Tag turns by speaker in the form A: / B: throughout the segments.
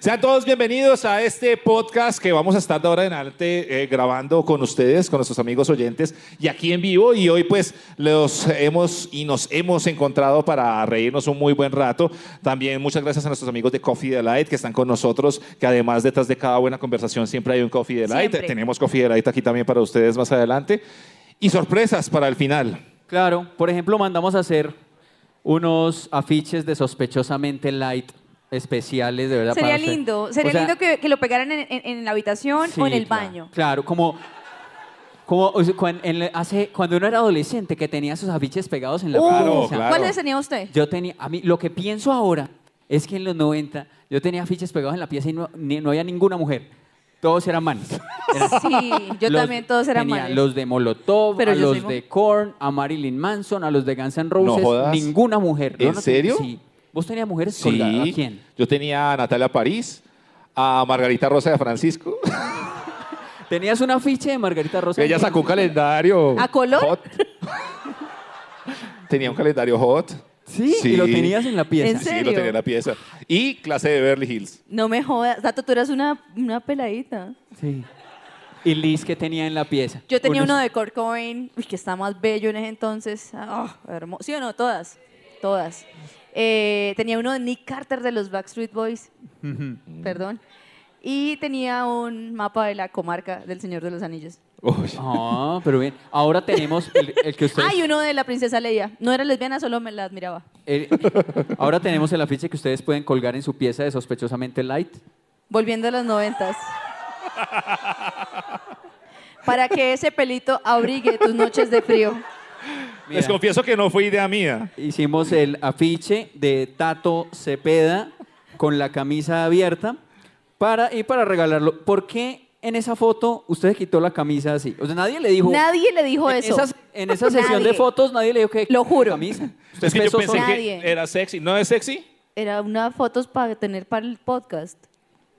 A: Sean todos bienvenidos a este podcast que vamos a estar de ahora en adelante eh, grabando con ustedes, con nuestros amigos oyentes y aquí en vivo. Y hoy pues los hemos y nos hemos encontrado para reírnos un muy buen rato. También muchas gracias a nuestros amigos de Coffee Delight que están con nosotros, que además detrás de cada buena conversación siempre hay un Coffee Delight.
B: Siempre.
A: Tenemos Coffee Delight aquí también para ustedes más adelante. Y sorpresas para el final.
C: Claro, por ejemplo, mandamos a hacer unos afiches de sospechosamente light especiales, de verdad.
B: Sería
C: para hacer-
B: lindo,
C: o
B: sería
C: sea,
B: lindo que, que lo pegaran en, en- en la habitación
C: sí,
B: o en el
C: claro,
B: baño.
C: Claro, como, como o sea, cuan- en la- hace- cuando uno era adolescente que tenía sus afiches pegados en la
B: Uh,
C: pared, o sea,
A: claro.
B: ¿Cuál les tenía usted?
C: Yo tenía, a mí, lo que pienso ahora es que en los 90 yo tenía afiches pegados en la pieza y no, ni- no había ninguna mujer. Todos eran manes. Era-
B: Sí, yo
C: Los-
B: también todos eran
C: tenía
B: malos.
C: Los de Molotov,
B: Pero
C: a
B: yo soy
C: los
B: mo-
C: de Korn, a Marilyn Manson, a los de Guns N'
A: No
C: Roses.
A: jodas.
C: Ninguna mujer.
A: ¿En
C: no,
A: serio?
C: Sí. ¿Vos tenías mujeres colgadas? ¿A quién?
A: Yo tenía a Natalia París, a Margarita Rosa de Francisco.
C: Tenías un afiche de Margarita Rosa.
A: Ella sacó un calendario.
B: ¿A color?
A: hot. tenía un calendario hot.
C: Sí, y lo tenías en la pieza.
B: ¿En
A: Sí,
B: serio?
A: lo tenía en la pieza. Y clase de Beverly Hills.
B: No me jodas, Tato, tú eras una, una peladita.
C: Sí. ¿Y Liz qué tenía en la pieza?
B: Yo tenía
C: Unos-
B: uno de Kurt Cobain, uy, que está más bello en ese entonces. Ah, hermoso. ¿Sí o no? Todas. Todas. Eh, tenía uno de Nick Carter de los Backstreet Boys.
C: Mm.
B: Perdón. Y tenía un mapa de la comarca del Señor de los Anillos.
A: Uy.
C: Ah, pero bien. Ahora tenemos el, el que ustedes...
B: Hay Ah, uno de la princesa Leia. No era lesbiana, solo me la admiraba.
C: el- ahora tenemos el afiche que ustedes pueden colgar en su pieza de sospechosamente light.
B: Volviendo a los noventas. Para que ese pelito abrigue tus noches de frío.
C: Mira.
A: Les confieso que no fue idea mía.
C: Hicimos el afiche de Tato Cepeda con la camisa abierta para, y para regalarlo. ¿Por qué en esa foto usted quitó la camisa así? O sea, nadie le dijo.
B: Nadie le dijo
C: en
B: eso.
C: e-, esas- en esa sesión de
B: Nadie.
C: fotos nadie le dijo que
B: Lo juro.
C: camisa. Usted
A: Es que yo
C: empezó
A: pensé
C: solo.
B: Nadie.
A: que era sexy. ¿No es sexy?
B: Era una fotos para tener para el podcast.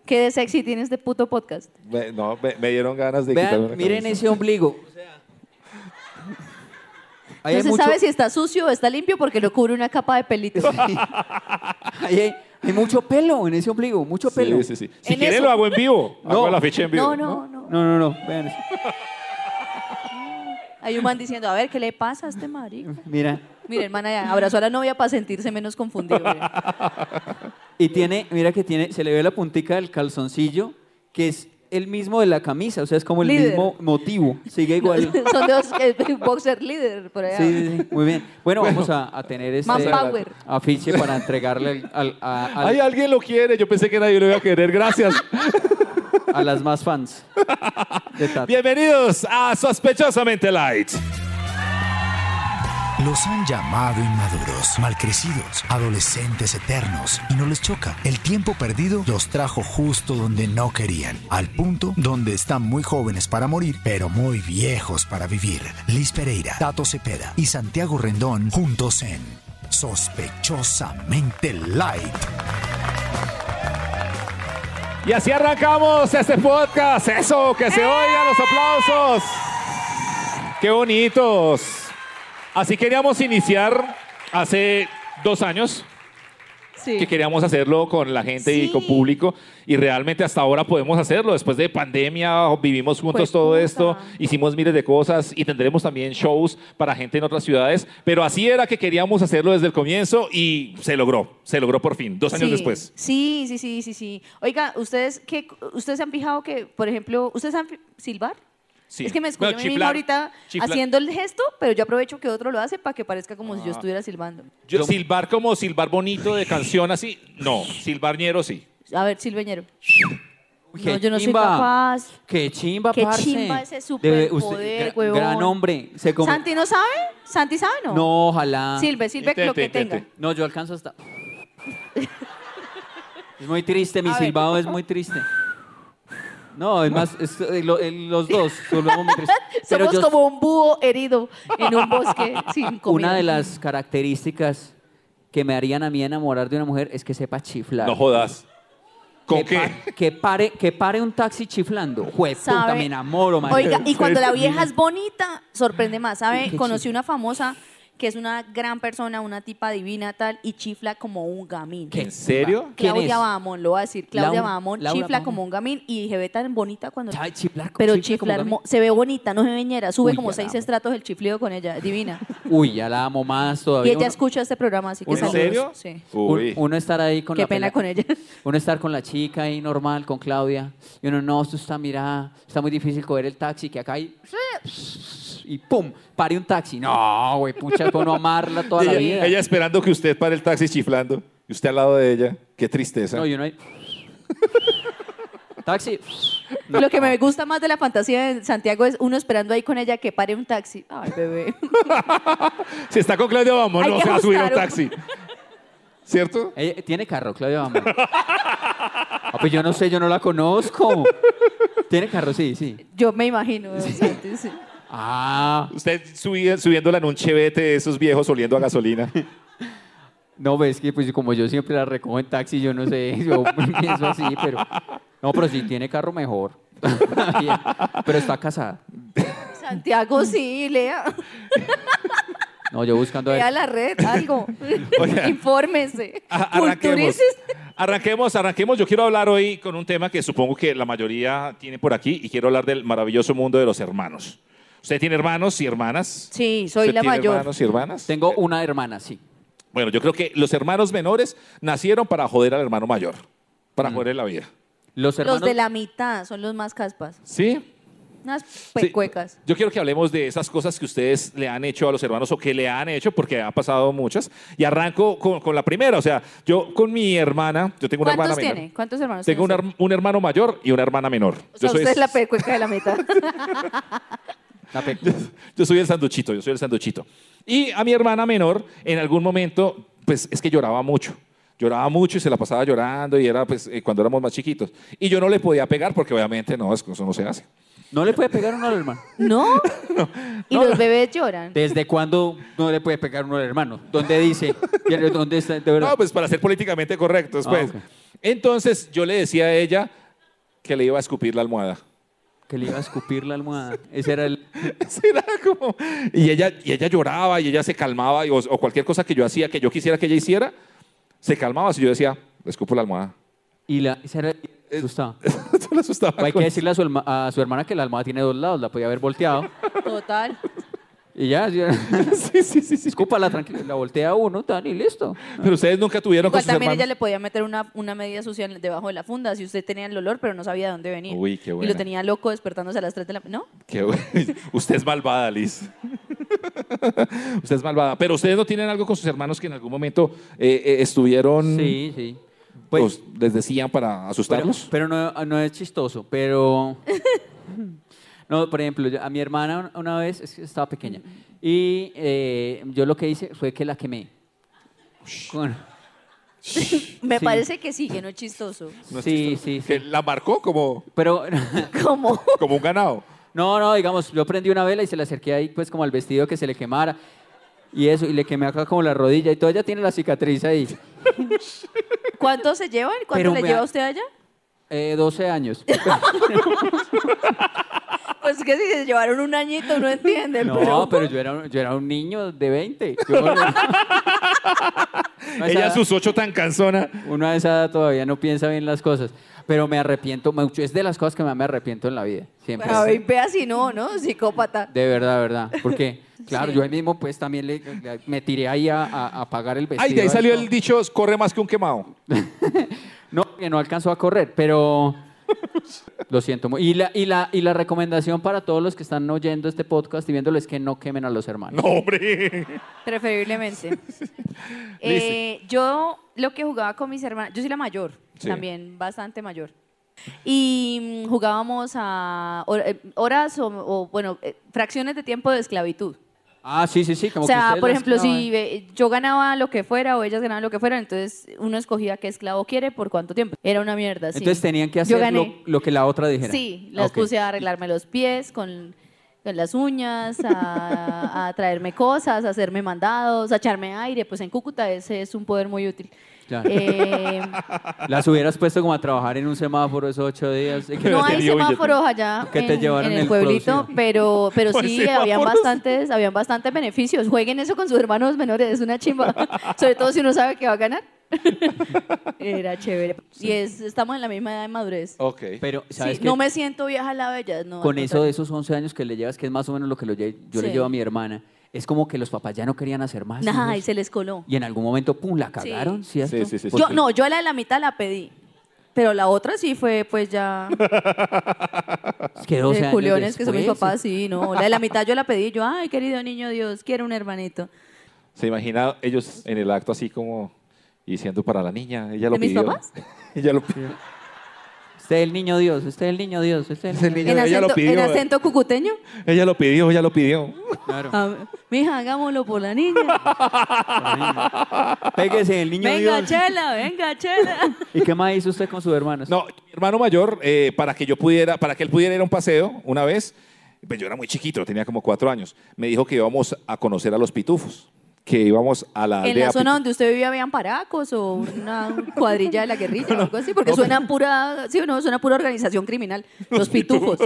B: ¿Qué de sexy tienes de puto podcast?
A: Me- no, me, me dieron ganas de quitarme la
C: Vean, miren
A: camisa.
C: ese ombligo. O sea, ahí
B: no
C: hay
B: se
C: mucho-
B: sabe si está sucio o está limpio porque lo cubre una capa de pelitos.
C: ahí hay, hay mucho pelo en ese ombligo, mucho pelo.
A: Sí, sí, sí. Si
B: En
A: quieren
B: eso-
A: lo hago en vivo.
C: No.
A: Hago la ficha en vivo.
B: No, no, no,
C: No, no, no. Vean eso.
B: Hay un man diciendo, a ver, ¿qué le pasa a este marico?
C: Mira.
B: Mira, hermana, ya, abrazó a la novia para sentirse menos confundido. mira.
C: Y tiene, mira que tiene, se le ve la puntica del calzoncillo, que es el mismo de la camisa, o sea, es como el
B: Líder.
C: mismo motivo, sigue igual. Sí,
B: Son dos eh, boxer líder por allá.
C: sí, sí, muy bien. Bueno, vamos a, a tener este
B: Más power.
C: afiche para entregarle al- a, a-
A: Ay, alguien lo quiere. Yo pensé que nadie lo iba a querer. Gracias.
C: a las más fans de Tato.
A: Bienvenidos a Sospechosamente Light.
D: Los han llamado inmaduros, malcrecidos, adolescentes eternos y no les choca. El tiempo perdido los trajo justo donde no querían, al punto donde están muy jóvenes para morir, pero muy viejos para vivir. Liz Pereira, Tato Cepeda y Santiago Rendón juntos en Sospechosamente Light.
A: Y así arrancamos este podcast. Eso, que se oigan los aplausos. Qué bonitos. Así queríamos iniciar hace dos años
B: Sí.
A: que queríamos hacerlo con la gente y
B: Sí.
A: con público y realmente hasta ahora podemos hacerlo. Después de pandemia vivimos juntos
B: Pues,
A: todo
B: puta.
A: esto, hicimos miles de cosas y tendremos también shows para gente en otras ciudades, pero así era que queríamos hacerlo desde el comienzo y se logró, se logró por fin, dos años
B: Sí,
A: después.
B: Sí, sí, sí, sí, sí. Oiga, ustedes qué, ustedes se han fijado que, por ejemplo, ustedes han fi- silbar.
A: Sí.
B: Es que me escucho
A: Bueno,
B: a mí misma
A: chiflar,
B: ahorita
A: chiflar.
B: haciendo el gesto, pero yo aprovecho que otro lo hace para que parezca como
A: Ah.
B: si yo estuviera silbando.
A: Yo, silbar como silbar bonito de canción así, no, silbar ñero sí.
B: A ver, silbeñero.
C: Uy,
B: No,
C: qué
B: yo no soy
C: chimba.
B: capaz.
C: Qué chimba,
B: Qué
C: parce.
B: chimba ese
C: Debe- usted-
B: superpoder,
C: gra-
B: huevón.
C: Gran hombre. Se come-
B: ¿Santi no sabe? ¿Santi sabe o no?
C: No, ojalá.
B: Silbe, silbe
A: Intente,
B: lo que
A: intente.
B: tenga.
C: No, yo alcanzo hasta. es muy triste, mi
B: A ver.
C: silbado es muy triste. No, es más, es, eh, lo- eh, los dos somos muy tristes. Pero
B: Somos
C: yo-
B: como un búho herido en un bosque sin comida.
C: Una de las características que me harían a mí enamorar de una mujer es que sepa chiflar.
A: No jodas. ¿Con
C: que,
A: qué?
C: pa- que pare, que pare un taxi chiflando. Jue puta,
B: ¿Sabe?
C: me enamoro, man.
B: Oiga, y cuando la vieja es bonita, sorprende más, ¿sabe? Conocí una famosa que es una gran persona, una tipa divina tal, y chifla como un gamín.
C: ¿Qué?
A: ¿En serio?
C: ¿Quién
B: Claudia
C: es?
B: Bahamón, lo voy a decir. Claudia
C: Laura-
B: Bahamón
C: Laura
B: chifla
C: Bahamón.
B: como un gamín y dije, ve tan bonita cuando...
C: Ay, chiflar-
B: Pero
C: chifla como
B: chifla,
C: gamín.
B: hermo- se ve bonita, no se veñera, sube
C: Uy,
B: como
C: ya la
B: seis
C: amo.
B: estratos el chiflido con ella, divina.
C: Uy, ya la amo más
B: y
C: todavía.
B: ella
C: Uno-
B: escucha este programa, así que
A: ¿En
B: saludos.
A: serio?
B: Sí.
C: un-
A: Uy.
C: uno estar ahí con
B: Qué
C: la
B: pena
C: pelea-
B: con ella.
C: Uno estar con la chica ahí normal, con Claudia. Y uno, no, esto está, mira, está muy difícil coger el taxi, que acá hay... Y pum, pare un taxi. No, güey, pucha, es bueno amarla toda la
A: ella,
C: vida.
A: ella esperando que usted pare el taxi chiflando. Y usted al lado de ella. Qué tristeza.
C: No, y uno ahí... taxi.
B: Lo que me gusta más de la fantasía de Santiago es uno esperando ahí con ella que pare un taxi. Ay, bebé.
A: Si está con Claudia vamos,
B: Hay
A: no
B: que
A: se va a subir a un
B: ajustar
A: taxi. ¿Cierto?
C: Ella- tiene carro, Claudia Bamba. Ah, pues yo no sé, yo no la conozco. Tiene carro, sí, sí.
B: Yo me imagino. Santi, sí.
C: Ah,
A: Usted subía- subiéndola en un chevete de esos viejos oliendo a gasolina.
C: no ves que pues como yo siempre la recojo en taxi, yo no sé, yo pienso así, pero no, pero si tiene carro mejor. Bien. pero está casada.
A: Mm.
B: Santiago, sí, lea.
C: No, yo buscando a
B: Vea
C: ver.
B: la red, algo.
A: Oiga.
B: Infórmese.
A: A- arranquemos.
B: Cultúrese.
A: Arranquemos, arranquemos. Yo quiero hablar hoy con un tema que supongo que la mayoría tiene por aquí y quiero hablar del maravilloso mundo de los hermanos. ¿Usted tiene hermanos y hermanas?
B: Sí, soy
A: ¿Usted
B: la
A: tiene
B: mayor.
A: hermanos y hermanas?
C: Tengo una hermana, sí.
A: Bueno, yo creo que los hermanos menores nacieron para joder al hermano mayor, para joderle la vida.
C: Los hermanos
B: Los de la mitad son los más caspas.
A: ¿Sí?
B: Unas
A: Sí.
B: pecuecas.
A: Yo quiero que hablemos de esas cosas que ustedes le han hecho a los hermanos o que le han hecho, porque ha pasado muchas. Y arranco con, con la primera. O sea, yo con mi hermana, yo tengo una hermana
B: ¿Cuántos
A: menor.
B: tiene? ¿Cuántos hermanos
A: Tengo un,
B: tiene usted?
A: her- un hermano mayor y una hermana menor.
B: O
A: yo,
B: sea,
A: soy
B: usted es la
A: el,
B: pecueca de la mitad.
C: la pe-
A: yo soy el sanduchito, yo soy el sanduchito. Y a mi hermana menor, en algún momento, pues es que lloraba mucho. Lloraba mucho y se la pasaba llorando y era pues eh, cuando éramos más chiquitos. Y yo no le podía pegar porque obviamente no, es- eso no se hace.
C: No le puede pegar uno al hermano.
B: ¿No? Y los bebés lloran.
C: ¿Desde cuándo no le puede pegar uno al hermano? ¿Dónde dice? ¿Dónde está? De verdad.
A: No, pues para ser políticamente correctos,
C: Ah,
A: pues.
C: ok.
A: Entonces yo le decía a ella que le iba a escupir la almohada.
C: Que le iba a escupir la almohada. Ese era el.
A: Sí, era como- Y ella, y ella lloraba y ella se calmaba y- o, o cualquier cosa que yo hacía, que yo quisiera que ella hiciera, se calmaba. Si yo decía, le escupo la almohada.
C: Y la, ese era el. asustado.
A: Yo la asustaba
C: Hay que
A: con-
C: decirle a su, alma- a su hermana que la almohada tiene dos lados, la podía haber volteado.
B: Total.
C: Y ya, ya.
A: Sí, sí, sí, sí.
C: escúpala, tranquilo. La voltea uno, tan y listo.
A: Pero ustedes nunca tuvieron con
B: Igual
A: sus
B: también ella
A: hermanos.
B: le podía meter una, una medida sucia en- debajo de la funda si usted tenía el olor, pero no sabía de dónde venía.
A: Uy, qué
B: Y
A: buena.
B: lo tenía loco despertándose a las 3 de la ¿No?
A: Qué bueno. Usted es malvada, Liz. Usted es malvada. Pero ustedes no tienen algo con sus hermanos que en algún momento eh, eh, estuvieron.
C: Sí, sí. Pues,
A: Pues, les decían para
C: pero,
A: asustarlos.
C: pero no, no es chistoso, pero. No, por ejemplo, yo- a mi hermana un- una vez es que estaba pequeña. Y eh, yo lo que hice fue que la quemé. Con-
B: Me
C: Sí.
B: parece que sí, que no es chistoso.
C: sí, sí, sí.
A: Que la marcó como,
C: Pero.
B: ¿Cómo?
A: como un ganado.
C: No, no, digamos, yo prendí una vela y se la acerqué ahí, pues, como al vestido que se le quemara. Y eso, y le quemé acá como la rodilla y todo. Ella tiene la cicatriz ahí.
B: ¿Cuánto se llevan? ¿Cuánto
C: Pero
B: le
C: vea-
B: lleva usted allá?
C: Eh, 12 años.
B: Pues que si se llevaron un añito, no pues, entiende.
C: No, pues, pero yo era, un- yo era un niño de 20. Yo- Uno a esa
A: Ella
C: edad-
A: sus ocho tan canzona.
C: Uno a esa edad todavía no piensa bien las cosas. Pero me arrepiento mucho. Es de las cosas que más me arrepiento en la vida. Siempre.
B: Bueno, ve- vea si no, ¿no? Psicópata.
C: De verdad, verdad. Porque, claro,
B: Sí.
C: yo ahí mismo pues también le, le- me tiré ahí a, a- a pagar el vestido.
A: Ay, de ahí
C: ahí
A: salió
C: todo.
A: el dicho, corre más que un quemado.
C: No, que no alcanzó a correr, pero lo siento. mu- Y la, y, la, y la recomendación para todos los que están oyendo este podcast y viéndolo es que no quemen a los hermanos.
A: No, hombre.
B: Preferiblemente. Eh, yo lo que jugaba con mis hermanas, yo soy la mayor,
A: Sí.
B: también bastante mayor. Y mm, jugábamos a hor- eh, horas o, o, bueno, eh, fracciones de tiempo de esclavitud.
C: Ah, sí, sí, sí. Como
B: o
C: que
B: sea,
C: ustedes
B: por
C: las
B: ejemplo,
C: clavan.
B: si eh, yo ganaba lo que fuera o ellas ganaban lo que fuera, entonces uno escogía qué esclavo quiere por cuánto tiempo. Era una mierda. sí.
C: Entonces tenían que
B: Yo
C: hacer lo,
B: gané.
C: lo que la otra dijera. Ah,
B: Sí, las
C: Ok.
B: puse a arreglarme los pies con en las uñas, a, a traerme cosas, a hacerme mandados, a echarme aire. Pues en Cúcuta ese es un poder muy útil.
C: Claro.
B: Eh,
C: Las hubieras puesto como a trabajar en un semáforo esos ocho días. y que
B: no
C: te-
B: hay
E: tenía billete.
B: semáforos allá
C: Que te
B: en,
C: llevaran
B: en el
C: el
B: pueblito,
C: producido.
B: pero, pero
E: No hay
B: sí, habían
E: semáforos.
B: bastantes, habían bastantes beneficios. Jueguen eso con sus hermanos menores, es una chimba. Sobre todo si uno sabe que va a ganar. Era chévere. Y es, estamos en la misma edad de madurez.
E: Ok.
C: Pero, Oh, ¿sabes
B: Sí,
C: qué?
B: no me siento vieja la bella. No, al
C: Con eso de
B: contrario.
C: esos 11 años que le llevas, que es más o menos lo que lo lle- yo le
B: Sí.
C: llevo a mi hermana, es como que los papás ya Ah, no querían hacer más.
B: Nah,
C: hijos.
B: y se les coló.
C: Y en algún momento, pum, la
B: Sí.
C: cagaron, ¿cierto?
E: Sí, sí, sí, sí.
B: Yo,
E: Porque-
B: no, yo la de la mitad la pedí. Pero la otra sí fue, pues ya,
C: Que 12
B: de
C: años
B: culiones eh, que son mis
C: después,
B: papás, sí, no. La de la mitad yo la pedí, yo, ay, querido niño Dios, quiero un hermanito.
E: ¿Se imagina ellos en el acto así como diciendo para la niña? Ella lo
B: ¿De mis
E: pidió.
B: papás?
E: ella lo pidió.
C: Este es el niño Dios, este es el niño Dios, este es el niño
B: ¿En
E: Ella lo
B: acento,
E: pidió,
B: en
E: eh.
B: acento cucuteño?
E: Ella lo pidió, ella lo pidió.
C: Dios. Claro.
B: A ver, Mija, hagámoslo por la niña.
C: Pégase el niño
B: venga,
C: Dios.
B: Chela, venga, Chela.
C: ¿Y qué más hizo usted con sus hermanos?
E: No, mi hermano mayor, eh, para que yo pudiera, para que él pudiera ir a un paseo una vez, pues yo era muy chiquito, tenía como cuatro años, me dijo que íbamos a conocer a los pitufos, que íbamos a la
B: En
E: aldea
B: la zona
E: Pitu-
B: donde usted vivía habían paracos o una cuadrilla de la guerrilla o algo así, porque suena pura, sí o no, suena pura organización criminal, los pitufos.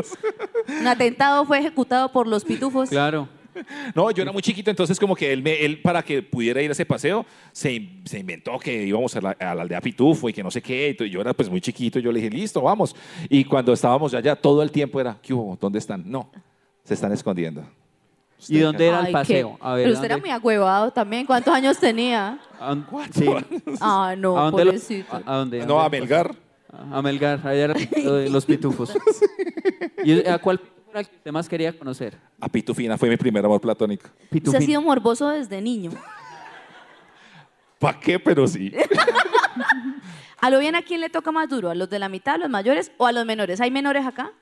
B: Un atentado fue ejecutado por los pitufos.
C: Claro.
E: No, yo era muy chiquito, entonces como que él, me- él para que pudiera ir a ese paseo, se, in- se inventó que íbamos a la, a la aldea Pitufo y que no sé qué. y to- yo era pues muy chiquito, y yo le dije, listo, vamos. Y cuando estábamos allá, todo el tiempo era, ¿qué hubo? ¿Dónde están? No, se están escondiendo.
C: ¿Y dónde era el
B: Ay,
C: paseo?
B: qué- Pero usted era
C: ¿dónde-
B: muy agüevado también. ¿Cuántos años tenía?
C: ¿A dónde- sí.
B: Ah, no,
C: ¿A dónde lo- Ah,
B: pobrecito.
C: a- a dónde?
E: No, a
C: dónde?
E: Melgar.
C: A Melgar, allá eran lo de los pitufos. ¿Y a cuál era el que usted más quería conocer?
E: A Pitufina fue mi primer amor platónico.
B: Usted ha
C: Pitufín.
B: sido morboso desde niño.
E: ¿Para qué? Pero sí.
B: A lo bien, ¿a quién le toca más duro? ¿A los de la mitad, a los mayores o a los menores? ¿Hay menores acá?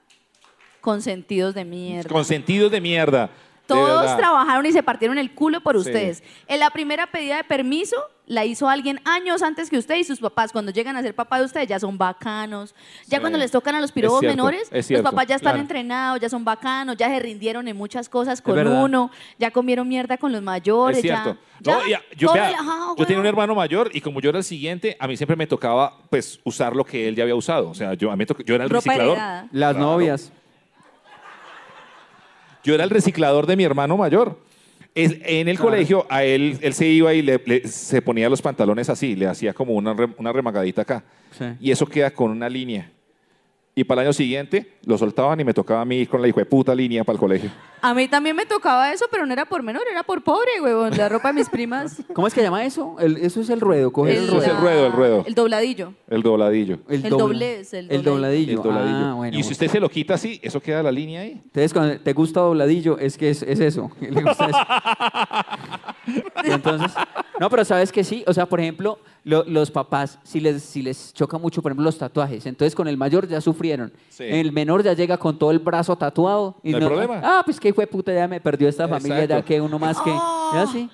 B: Consentidos de mierda.
E: Con sentidos de mierda. de
B: Todos
E: verdad.
B: trabajaron y se partieron el culo por
E: Sí.
B: ustedes. En la primera pedida de permiso la hizo alguien años antes que usted y sus papás. Cuando llegan a ser papá de ustedes ya son bacanos. Ya
E: Sí.
B: cuando les tocan a los pirobos
E: Es cierto,
B: menores,
E: es cierto,
B: los papás ya están
E: claro.
B: entrenados, ya son bacanos, ya se rindieron en muchas cosas con
C: verdad.
B: uno, ya comieron mierda con los mayores,
E: Es cierto.
B: ya.
E: No,
B: ya,
E: y a- yo,
B: todo
E: vea,
B: relajado,
E: yo tenía un
B: weón.
E: hermano mayor y como yo era el siguiente, a mí siempre me tocaba pues usar lo que él ya había usado. O sea, yo, a mí me toca- yo era el
B: Ropa
E: reciclador.
B: heredada.
C: Las
E: Claro.
C: novias.
E: Yo era el reciclador de mi hermano mayor. Es- en el colegio, a él, él se iba y le, le- se ponía los pantalones así, le hacía como una, re- una remagadita acá.
C: Sí.
E: Y eso queda con una línea. Y para el año siguiente lo soltaban y me tocaba a mí ir con la hijo de puta línea para el colegio.
B: A mí también me tocaba eso, pero no era por menor, era por pobre, huevón. La ropa de mis primas.
C: ¿Cómo es que llama eso? El- eso es el ruedo, coger el,
E: Eso
C: ruedo.
E: es el ruedo, el ruedo.
B: El dobladillo.
E: El dobladillo.
B: el
C: dobla-
B: doblez, el
C: El dobladillo.
E: El dobladillo.
C: Ah, bueno.
E: y si usted se lo quita así, eso queda la línea ahí.
C: Entonces, cuando te gusta dobladillo, es que es, es eso. Le gusta eso. Y entonces, no, pero sabes que sí. O sea, por ejemplo, lo- los papás, si les, si les choca mucho, por ejemplo, los tatuajes. Entonces, con el mayor ya sufrieron.
E: Sí.
C: El menor ya llega con todo el brazo tatuado. Y
E: No hay problema.
C: Ah, pues qué hijo de puta, ya me perdió esta familia, ya
E: Exacto. Ah.
C: que uno más que. Ya sí.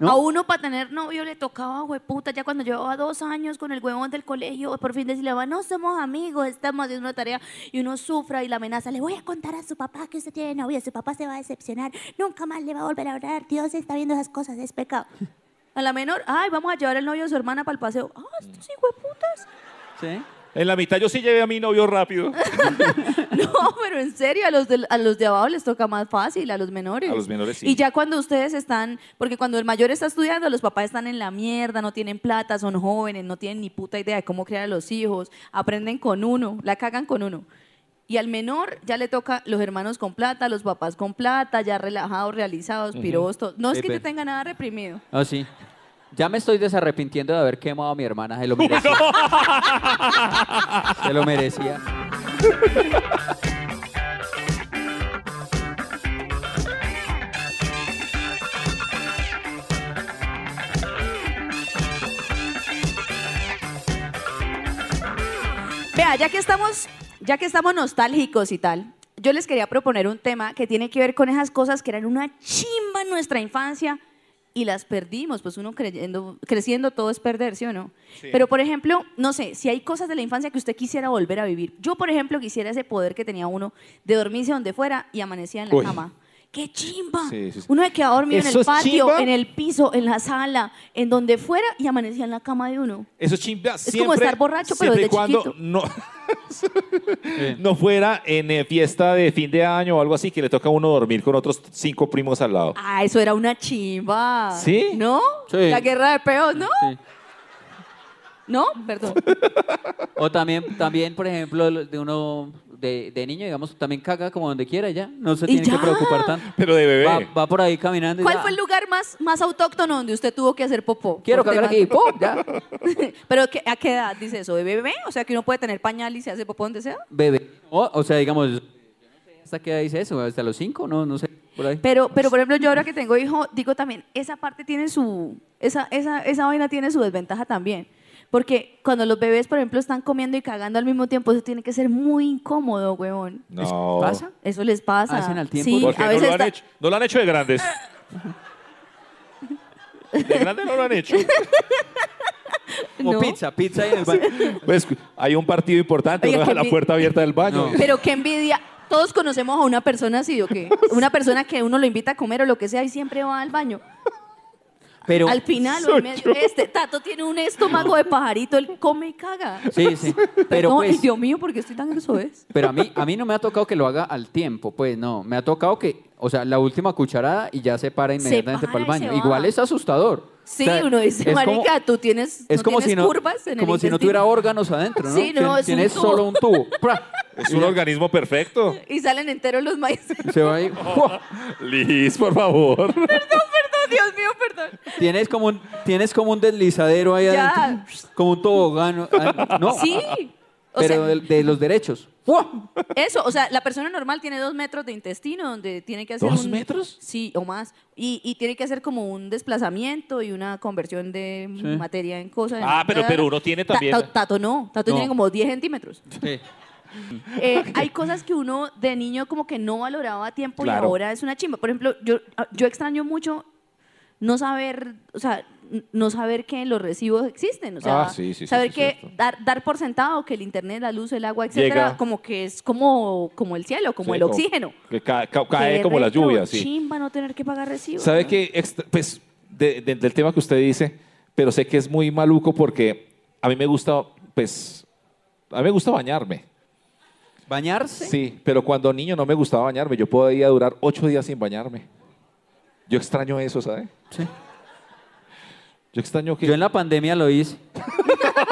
C: ¿No?
B: A uno para tener novio le tocaba, hueputa, ya cuando llevaba dos años con el huevón del colegio, por fin decirle, va, no somos amigos, estamos haciendo una tarea, y uno sufra y la amenaza, le voy a contar a su papá que usted tiene novia, su papá se va a decepcionar, nunca más le va a volver a hablar, Dios está viendo esas cosas, es pecado. A la menor, ay, vamos a llevar el novio de su hermana para el paseo. Ah, estos hijueputas.
C: Sí.
E: En la mitad yo sí llevé a mi novio rápido.
B: No, pero en serio, a los, de, a los de abajo les toca más fácil, a los menores.
E: A los menores, sí.
B: Y ya cuando ustedes están, porque cuando el mayor está estudiando, los papás están en la mierda, no tienen plata, son jóvenes, no tienen ni puta idea de cómo criar a los hijos, aprenden con uno, la cagan con uno. Y al menor ya le toca los hermanos con plata, los papás con plata, ya relajados, realizados, pirobos, todo. No es que yo
C: Pepe.
B: tenga nada reprimido.
C: Ah, sí. Ya me estoy desarrepintiendo de haber quemado a mi hermana. Se lo merecía. Se lo merecía.
B: Vea, ya que estamos, ya que estamos nostálgicos y tal, yo les quería proponer un tema que tiene que ver con esas cosas que eran una chimba en nuestra infancia y las perdimos, pues uno creyendo, creciendo todo es perder, ¿sí o no? Pero por ejemplo, no sé, si hay cosas de la infancia que usted quisiera volver a vivir. Yo, por ejemplo, quisiera ese poder que tenía uno de dormirse donde fuera y amanecía en la
E: Uy.
B: cama. ¡Qué chimba!
E: Sí, sí, sí.
B: Uno se quedaba dormido en
E: ¿Eso
B: el
E: es
B: patio,
E: chimba?
B: en el piso, en la sala, en donde fuera y amanecía en la cama de uno.
E: Eso es chimba.
B: como
E: siempre-
B: estar borracho, pero
E: siempre y
B: desde
E: cuando
B: chiquito.
E: No, no fuera en eh, fiesta de fin de año o algo así, que le toca a uno dormir con otros cinco primos al lado.
B: Ah, eso era una chimba.
E: ¿Sí?
B: ¿No?
C: Sí.
B: La guerra de peos, ¿no?
C: Sí.
B: ¿No? Perdón.
C: O también, también, por ejemplo, lo- de uno de, de niño, digamos, también caga como donde quiera ya. No se
B: Y
C: tiene que
B: ya.
C: preocupar tanto.
E: Pero de bebé.
C: Va, va por ahí caminando. y
B: ¿Cuál
C: ya,
B: fue el lugar más, más autóctono donde usted tuvo que hacer popó?
C: Quiero
B: Por
C: cagar
B: tema-
C: aquí. ¡Pum! Ya.
B: ¿Pero qué- a qué edad dice eso? ¿De bebé? O sea, que uno puede tener pañal y se hace popó donde sea.
C: Bebé. O, o sea, digamos, yo no sé ¿hasta qué edad dice eso? ¿Hasta los cinco? No, no sé. Por ahí.
B: Pero, pero por ejemplo, yo ahora que tengo hijo, digo también, esa parte tiene su, esa, esa, esa vaina tiene su desventaja también. Porque cuando los bebés, por ejemplo, están comiendo y cagando al mismo tiempo, eso tiene que ser muy incómodo, huevón.
E: No.
C: ¿Pasa?
B: Eso les pasa.
C: Hacen al tiempo.
B: Sí,
E: Porque
B: a
E: no
B: veces
E: lo, han
B: está-
E: hecho, no lo han hecho de grandes. De grandes no lo han hecho.
C: Como
B: ¿no?
C: pizza, pizza ahí en el baño.
E: Pues hay un partido importante,
B: Oiga,
E: uno deja
B: que
E: la
B: mi-
E: puerta abierta del baño.
C: No.
B: Pero qué envidia. Todos conocemos a una persona así, ¿o qué? Una persona que uno lo invita a comer o lo que sea y siempre va al baño.
C: Pero,
B: al final o en medio. Este Tato tiene un estómago de pajarito, él come y caga.
C: Sí, sí. Pero
B: Pero
C: pues,
B: Dios mío, ¿por qué estoy tan grueso? ¿ves?
C: pero a mí, a mí no me ha tocado que lo haga al tiempo, pues no. Me ha tocado que, o sea, la última cucharada y ya se para inmediatamente
B: para
C: para el
B: y se
C: baño.
B: va.
C: Igual es asustador.
B: Sí,
C: O sea,
B: uno dice,
C: es como-
B: marica, tú tienes,
C: Es
B: no
C: como si
B: tienes
C: no,
B: curvas en el
C: como si no
B: intestino".
C: tuviera órganos adentro, ¿no?
B: Sí, no,
C: Tien-
B: es un
C: Tienes
B: tubo.
C: solo un tubo. ¡Pra!
E: Es un organismo perfecto.
B: Y salen enteros los maíces.
C: Se va ahí. ¡Fua!
E: Liz, por favor.
B: perdón, Dios mío, perdón.
C: Tienes como un, tienes como un deslizadero ahí
B: Ya.
C: adentro. Como un tobogán. adentro. No.
B: Sí. O
C: Pero
B: sea,
C: de, de los derechos. ¡Fua!
B: eso, o sea, la persona normal tiene dos metros de intestino donde tiene que hacer
E: ¿Dos
B: un-
E: metros?
B: Sí, o más. Y, y tiene que hacer como un desplazamiento y una conversión de materia en cosas.
E: Ah, pero- pero uno tiene
B: Ta-
E: también-
B: ta- Tato no, Tato
C: No.
B: tiene como 10 centímetros.
C: Sí.
B: Eh, hay cosas que uno de niño como que no valoraba a tiempo y
E: Claro.
B: ahora es una chimba. Por ejemplo, yo, ah, yo extraño mucho no saber, o sea, n- no saber que los recibos existen. O sea,
E: Ah, sí, sí, sí,
B: saber
E: sí,
B: que
E: cierto.
B: dar, dar por sentado que el internet, la luz, el agua, etcétera,
E: Llega.
B: como que es como, como el cielo, como
E: Sí,
B: el oxígeno.
E: que ca- ca- cae como la
B: las
E: lluvia,
B: lluvias,
E: sí.
B: chimba no tener que pagar recibos.
E: ¿Sabe
B: ¿no?
E: qué? Extra- Pues, de- de- del tema que usted dice, pero sé que es muy maluco porque a mí me gusta, pues, a mí me gusta bañarme.
C: ¿Bañarse?
E: Sí. pero cuando niño no me gustaba bañarme. Yo podía durar ocho días sin bañarme. Yo extraño eso, ¿sabe?
C: Sí.
E: Yo extraño que...
C: Yo en la pandemia lo hice.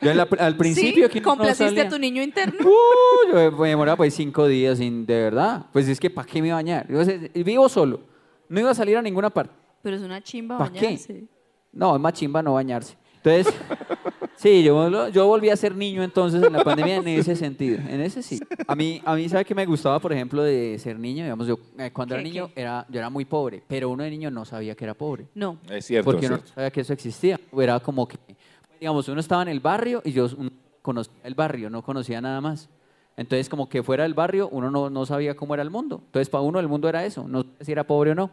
C: Yo en la- al principio.
B: ¿Sí?
C: que no
B: ¿Complaciste
C: salía.
B: a tu niño interno?
C: Uh, yo me demoraba pues cinco días sin, de verdad. Pues es que ¿para qué me iba a bañar? Yo sé- vivo solo. No iba a salir a ninguna parte.
B: Pero es una chimba
C: ¿Para qué?
B: bañarse.
C: No, es más chimba no bañarse. Entonces, sí, yo, lo- yo volví a ser niño entonces en la pandemia en ese sentido. En ese sí. A mí, a mí ¿sabe qué me gustaba, por ejemplo, de ser niño? Digamos, yo eh, cuando era
B: ¿Qué,
C: niño era, yo era muy pobre, pero uno de niño no sabía que era pobre.
B: No.
E: Es cierto,
C: porque
E: es
C: uno no
E: cierto.
C: sabía que eso existía. Era como que, digamos, uno estaba en el barrio y yo un- conocía el barrio, no conocía nada más. Entonces, como que fuera del barrio, uno no, no sabía cómo era el mundo. Entonces, para uno el mundo era eso, no sabía si era pobre o no.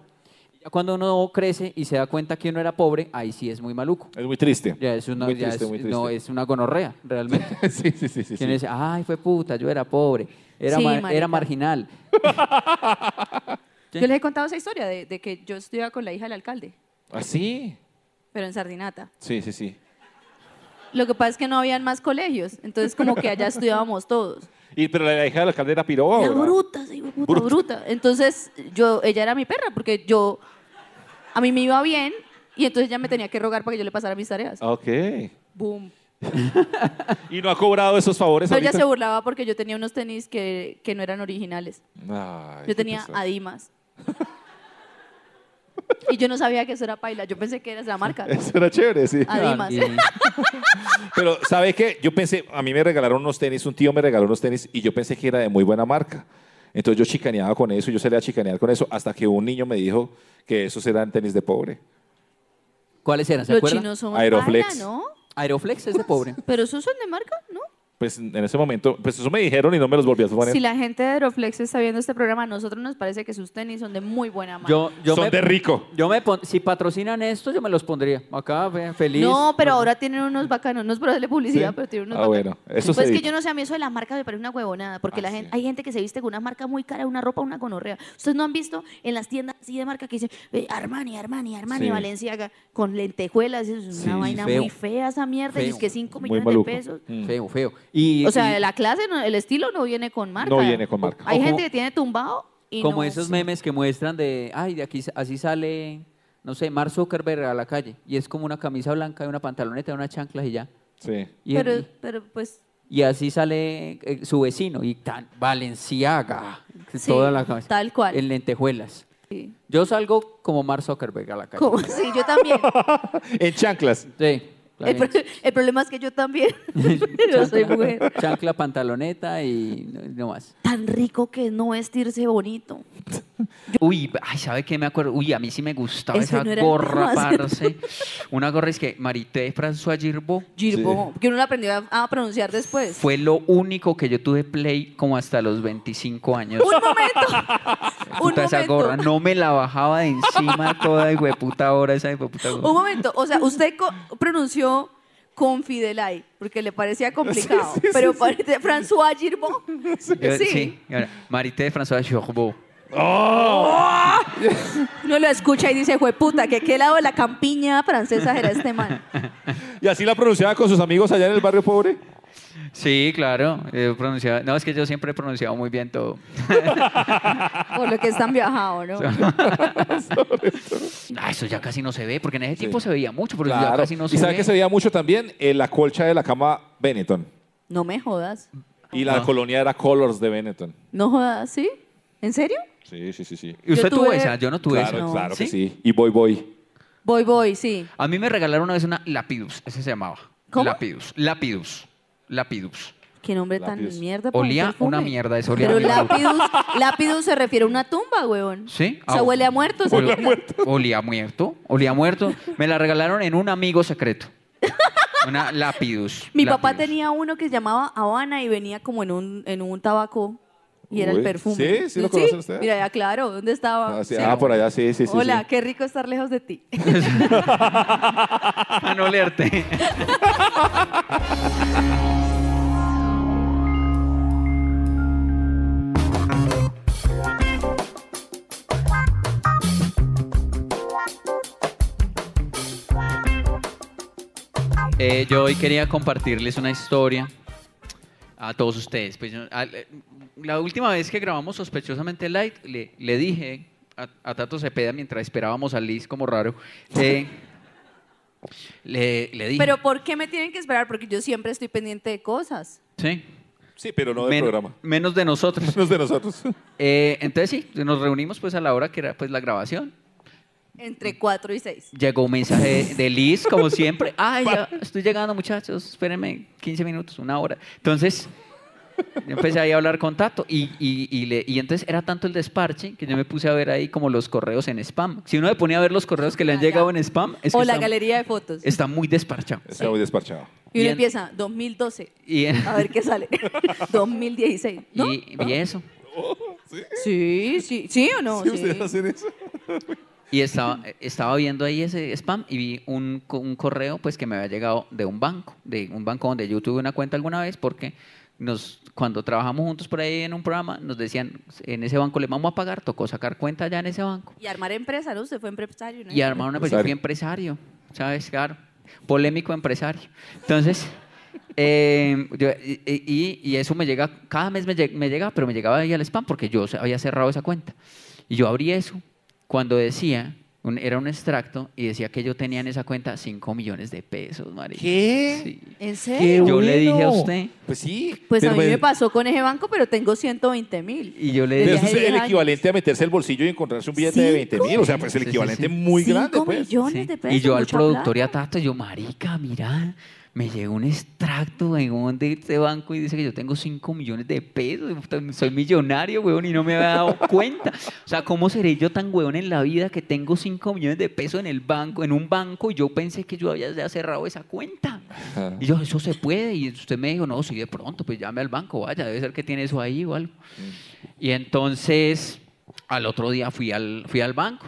C: Ya cuando uno crece y se da cuenta que uno era pobre, ahí sí es muy maluco.
E: Es muy triste.
C: Ya es una,
E: muy
C: ya
E: triste,
C: es-
E: muy triste.
C: no, es una gonorrea, realmente.
E: sí, sí, sí, sí,
C: Quien
E: sí.
C: dice, ay, fue puta, yo era pobre, era,
B: Sí,
C: ma-
B: marica.
C: era marginal. Sí.
B: Yo les he contado esa historia de, de que yo estudiaba con la hija del alcalde,
E: ¿Ah, sí?
B: pero en Sardinata.
E: Sí, sí, sí.
B: Lo que pasa es que no habían más colegios, entonces como que allá estudiábamos todos.
E: Y, pero la hija del alcalde era piroba.
B: La
E: ¿verdad?
B: bruta, sí, hijo de puta,
E: Oh, Bruta.
B: bruta. Entonces yo, ella era mi perra porque yo, a mí me iba bien y entonces ella me tenía que rogar para que yo le pasara mis tareas.
E: Ok.
B: Boom.
E: Y no ha cobrado esos favores
B: Pero ella
E: ahorita?
B: se burlaba porque yo tenía unos tenis que, que no eran originales.
E: Ay, qué
B: Yo tenía
E: pesar.
B: Adimas. Y yo no sabía que eso era paila, yo pensé que era la marca.
E: Eso era chévere, sí.
B: Adimas.
C: Y-
E: Pero, ¿sabe qué? Yo pensé, a mí me regalaron unos tenis, un tío me regaló unos tenis y yo pensé que era de muy buena marca. Entonces yo chicaneaba con eso, yo salía a chicanear con eso, hasta que un niño me dijo que esos eran tenis de pobre.
C: ¿Cuáles eran? ¿Se
B: Los
C: acuerdan?
B: chinos son
E: Aeroflex.
B: paila, ¿no?
C: Aeroflex es de pobre.
B: ¿Pero esos son de marca? ¿No?
A: pues en ese momento, pues eso me dijeron y no me los volví a poner.
B: Si la gente de Aeroflex está viendo este programa, a nosotros nos parece que sus tenis son de muy buena marca.
C: Yo, yo
A: Son
C: me-
A: de rico.
C: Yo me pon- si patrocinan esto, yo me los pondría. Acá, fe- feliz.
B: no, pero ahora tienen unos bacanos, no es por hacerle publicidad,
A: ¿Sí?
B: pero tienen unos
A: Ah,
B: bacanos.
A: bueno, eso
B: pues
A: se
B: es que
A: edita.
B: yo no sé, a mí eso de la marca me parece una huevonada, porque
A: Ah,
B: la
A: sí.
B: gente, hay gente que se viste con una marca muy cara, una ropa, una gonorrea. Ustedes no han visto en las tiendas así de marca que dicen eh, Armani, Armani, Armani,
A: Sí.
B: Valenciaga, con lentejuelas, eso es una
C: Sí,
B: vaina
C: feo.
B: muy fea esa mierda, y
C: Feo.
B: es que 5
A: Muy
B: millones
A: maluco.
B: de pesos.
A: Mm.
C: Feo, feo. Y,
B: O sea,
C: y
B: la clase, no- el estilo no viene con marca.
A: No viene con marca.
B: Hay
C: O
B: gente
C: como-
B: que tiene tumbado y
C: como
B: no-
C: esos memes que muestran de, ay, de aquí sa- así sale, no sé, Mark Zuckerberg a la calle. Y es como una camisa blanca y una pantaloneta y unas chanclas y ya.
A: Sí.
C: Y,
B: Pero, pero pues
C: y así sale eh, su vecino y tan, Valenciaga.
B: Sí,
C: toda la cabeza.
B: tal cual.
C: En lentejuelas.
B: Sí.
C: Yo salgo como Mark Zuckerberg a la calle.
B: como- sí, yo también.
A: En chanclas.
C: Sí. la
B: El, pro-
C: gente.
B: el problema es que yo también. yo soy mujer.
C: Chancla, pantaloneta y no, no más.
B: Tan rico que es no vestirse bonito.
C: Uy, ay, ¿sabe qué me acuerdo? Uy, a mí sí me gustaba
B: Ese
C: esa
B: no era el
C: gorra,
B: tema, ¿sí?
C: parce. Una gorra es que Marité François Girbo
B: Girbo, que uno lo aprendió a, a pronunciar después.
C: fue lo único que yo tuve play como hasta los 25 años.
B: Un momento. un
C: Puta, esa
B: momento.
C: gorra no me la bajaba de encima toda hueputa hora esa hueputa gorra.
B: Un momento. O sea, usted co- pronunció Confidelay, porque le parecía complicado. pero parece François Girbo.
C: Yo-
B: sí.
C: y ahora, Marité François Girbo.
B: Uno lo escucha y dice, jueputa, que qué lado de la campiña francesa era este man.
A: Y así la pronunciaba con sus amigos allá en el barrio pobre.
C: Sí, claro. yo pronunciaba- no, es que yo siempre he pronunciado muy bien todo.
B: Por lo que están viajados, ¿no?
C: Ah, eso ya casi no se ve, porque en ese tiempo se veía mucho, pero Pues ya
A: Claro.
C: casi no se
A: y sabe
C: ve.
A: que se veía mucho también Eh, la colcha de la cama Benetton.
B: No me jodas.
A: Y la
C: No.
A: colonia era Colors de Benetton.
B: No jodas, ¿sí? ¿En serio?
A: Sí, sí, sí, sí.
C: ¿Y usted
B: Yo
C: tuvo
B: tuve-
C: esa? Yo Pues no tuve
A: Claro,
C: esa.
B: No.
A: claro que
C: ¿Sí?
A: sí. Y Boy Boy.
B: Voy, voy, sí.
C: A mí me regalaron una vez una Lapidus, ese se llamaba.
B: ¿Cómo?
C: Lapidus, Lapidus, Lapidus.
B: Qué nombre tan
A: Lapidus.
B: mierda. para un
C: Olía
B: perfume.
C: una mierda, eso olía
B: Pero
C: muy mal.
B: lápidus, lápidus se refiere a una tumba, huevón.
C: ¿Sí?
B: O sea,
C: Ah,
B: huele a muerto. se-
C: Olía muerto. Olía muerto, olía muerto. Me la regalaron en un amigo secreto. Una Lapidus.
B: Mi papá
C: Lapidus.
B: tenía uno que se llamaba Habana y venía como en un, en un tabaco y era
A: Uy,
B: el perfume.
A: ¿sí? ¿Sí lo conocen ustedes?
B: Mira, ya claro, ¿dónde estaba?
A: Ah, sí,
B: Sí.
A: ah, por allá, sí, sí, sí.
B: Hola,
A: sí.
B: qué rico estar lejos de ti.
C: Para no olerte. Eh, yo hoy quería compartirles una historia a todos ustedes. Pues, yo- al- eh, la última vez que grabamos Sospechosamente Light, le, le dije a, a Tato Cepeda mientras esperábamos a Liz como raro. eh, le, le dije.
B: Pero ¿por qué me tienen que esperar? Porque yo siempre estoy pendiente de cosas.
C: Sí.
A: Sí, pero no del
C: Men-
A: programa.
C: Menos de nosotros.
A: No es de nosotros.
C: Eh, entonces sí, nos reunimos pues a la hora que era pues la grabación.
B: Entre
C: Mm.
B: 4 y 6.
C: Llegó un mensaje de Liz, como siempre. Ay, ya estoy llegando, muchachos. Espérenme 15 minutos, una hora. Entonces, yo empecé ahí a hablar con Tato. Y, y- y le- y entonces era tanto el desparche que yo me puse a ver ahí como los correos en spam. Si uno me ponía a ver los correos que le han
B: Ah, ya.
C: llegado en spam, es que
B: o la
C: está,
B: galería de fotos.
C: está muy desparchado.
A: Está muy desparchado.
B: y uno
C: bien.
B: empieza 2012.
C: Y,
B: A ver qué sale. 2016. Ah, ¿No?
C: y- y eso.
B: Sí, sí, sí o no.
A: ¿Sí
B: Sí.
A: ustedes hacen eso?
C: Y estaba, estaba viendo ahí ese spam y vi un, co- un correo pues que me había llegado de un banco, de un banco donde yo tuve una cuenta alguna vez porque nos, cuando trabajamos juntos por ahí en un programa nos decían, en ese banco le vamos a pagar, tocó sacar cuenta ya en ese banco.
B: Y armar empresa, ¿no? Usted fue empresario, ¿no?
C: Y armar una pues yo fui empresario, ¿sabes? Claro, polémico empresario. Entonces, eh, yo- y, y- y eso me llega, cada mes me, lle- me llega, pero me llegaba ahí al spam porque yo había cerrado esa cuenta. Y yo abrí eso cuando decía, un- era un extracto, y decía que yo tenía en esa cuenta 5 millones de pesos, marica.
A: ¿Qué?
C: Sí.
B: ¿En
A: Qué
B: serio?
C: Yo le dije a
A: bueno.
C: usted,
A: Pues sí.
B: Pues a
A: Pero
B: mí
A: me-
B: me pasó con ese banco, pero tengo 120 mil.
C: y yo le
A: pero
B: Desde
A: eso es
C: dije,
B: hace
A: el
B: 10
A: equivalente a meterse el bolsillo y encontrarse un billete de 20 mil. O sea, pues el
C: Sí, sí,
A: equivalente
C: sí.
A: muy grande.
B: Cinco
A: Pues.
B: millones
C: Sí.
B: de pesos.
C: Y yo al
B: mucha
C: productor y
B: plata.
C: a Tato, yo, marica, mira, me llegó un extracto, weón, de este banco y dice que yo tengo 5 millones de pesos, puta, soy millonario, weón, y no me había dado cuenta. O sea, ¿cómo seré yo tan weón en la vida que tengo 5 millones de pesos en el banco, en un banco, y yo pensé que yo había ya cerrado esa cuenta? Y yo, eso se puede, y usted me dijo, no, sí, de pronto, pues llame al banco, vaya, debe ser que tiene eso ahí o algo. Y entonces, al otro día fui al, fui al banco.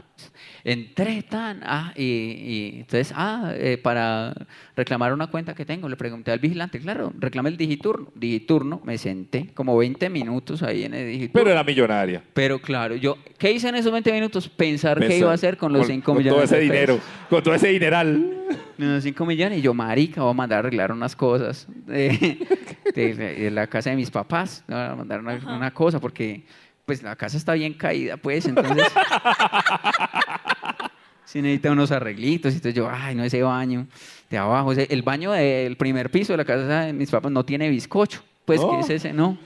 C: Entré tan, ah, y, y entonces, ah, eh, para reclamar una cuenta que tengo, le pregunté al vigilante, claro, reclame el digiturno. Digiturno, me senté como 20 minutos ahí en el digiturno.
A: Pero
C: Pero,
A: era millonaria.
C: claro, yo, ¿qué hice en esos 20 minutos? Pensar qué
A: Pensó-
C: iba a hacer con los 5 millones
A: Con todo ese
C: de pesos.
A: dinero, con todo ese dineral.
C: Unos 5 millones. Y yo, marica, voy a mandar a arreglar unas cosas de, de- de la casa de mis papás. Voy a mandar una, una cosa porque, pues, la casa está bien caída, pues, entonces... Sí necesita unos arreglitos. Y entonces yo, ay, no, ese baño de abajo. ese- el baño del primer piso de la casa de mis papás no tiene bizcocho. Pues,
A: Oh.
C: ¿qué es ese? No.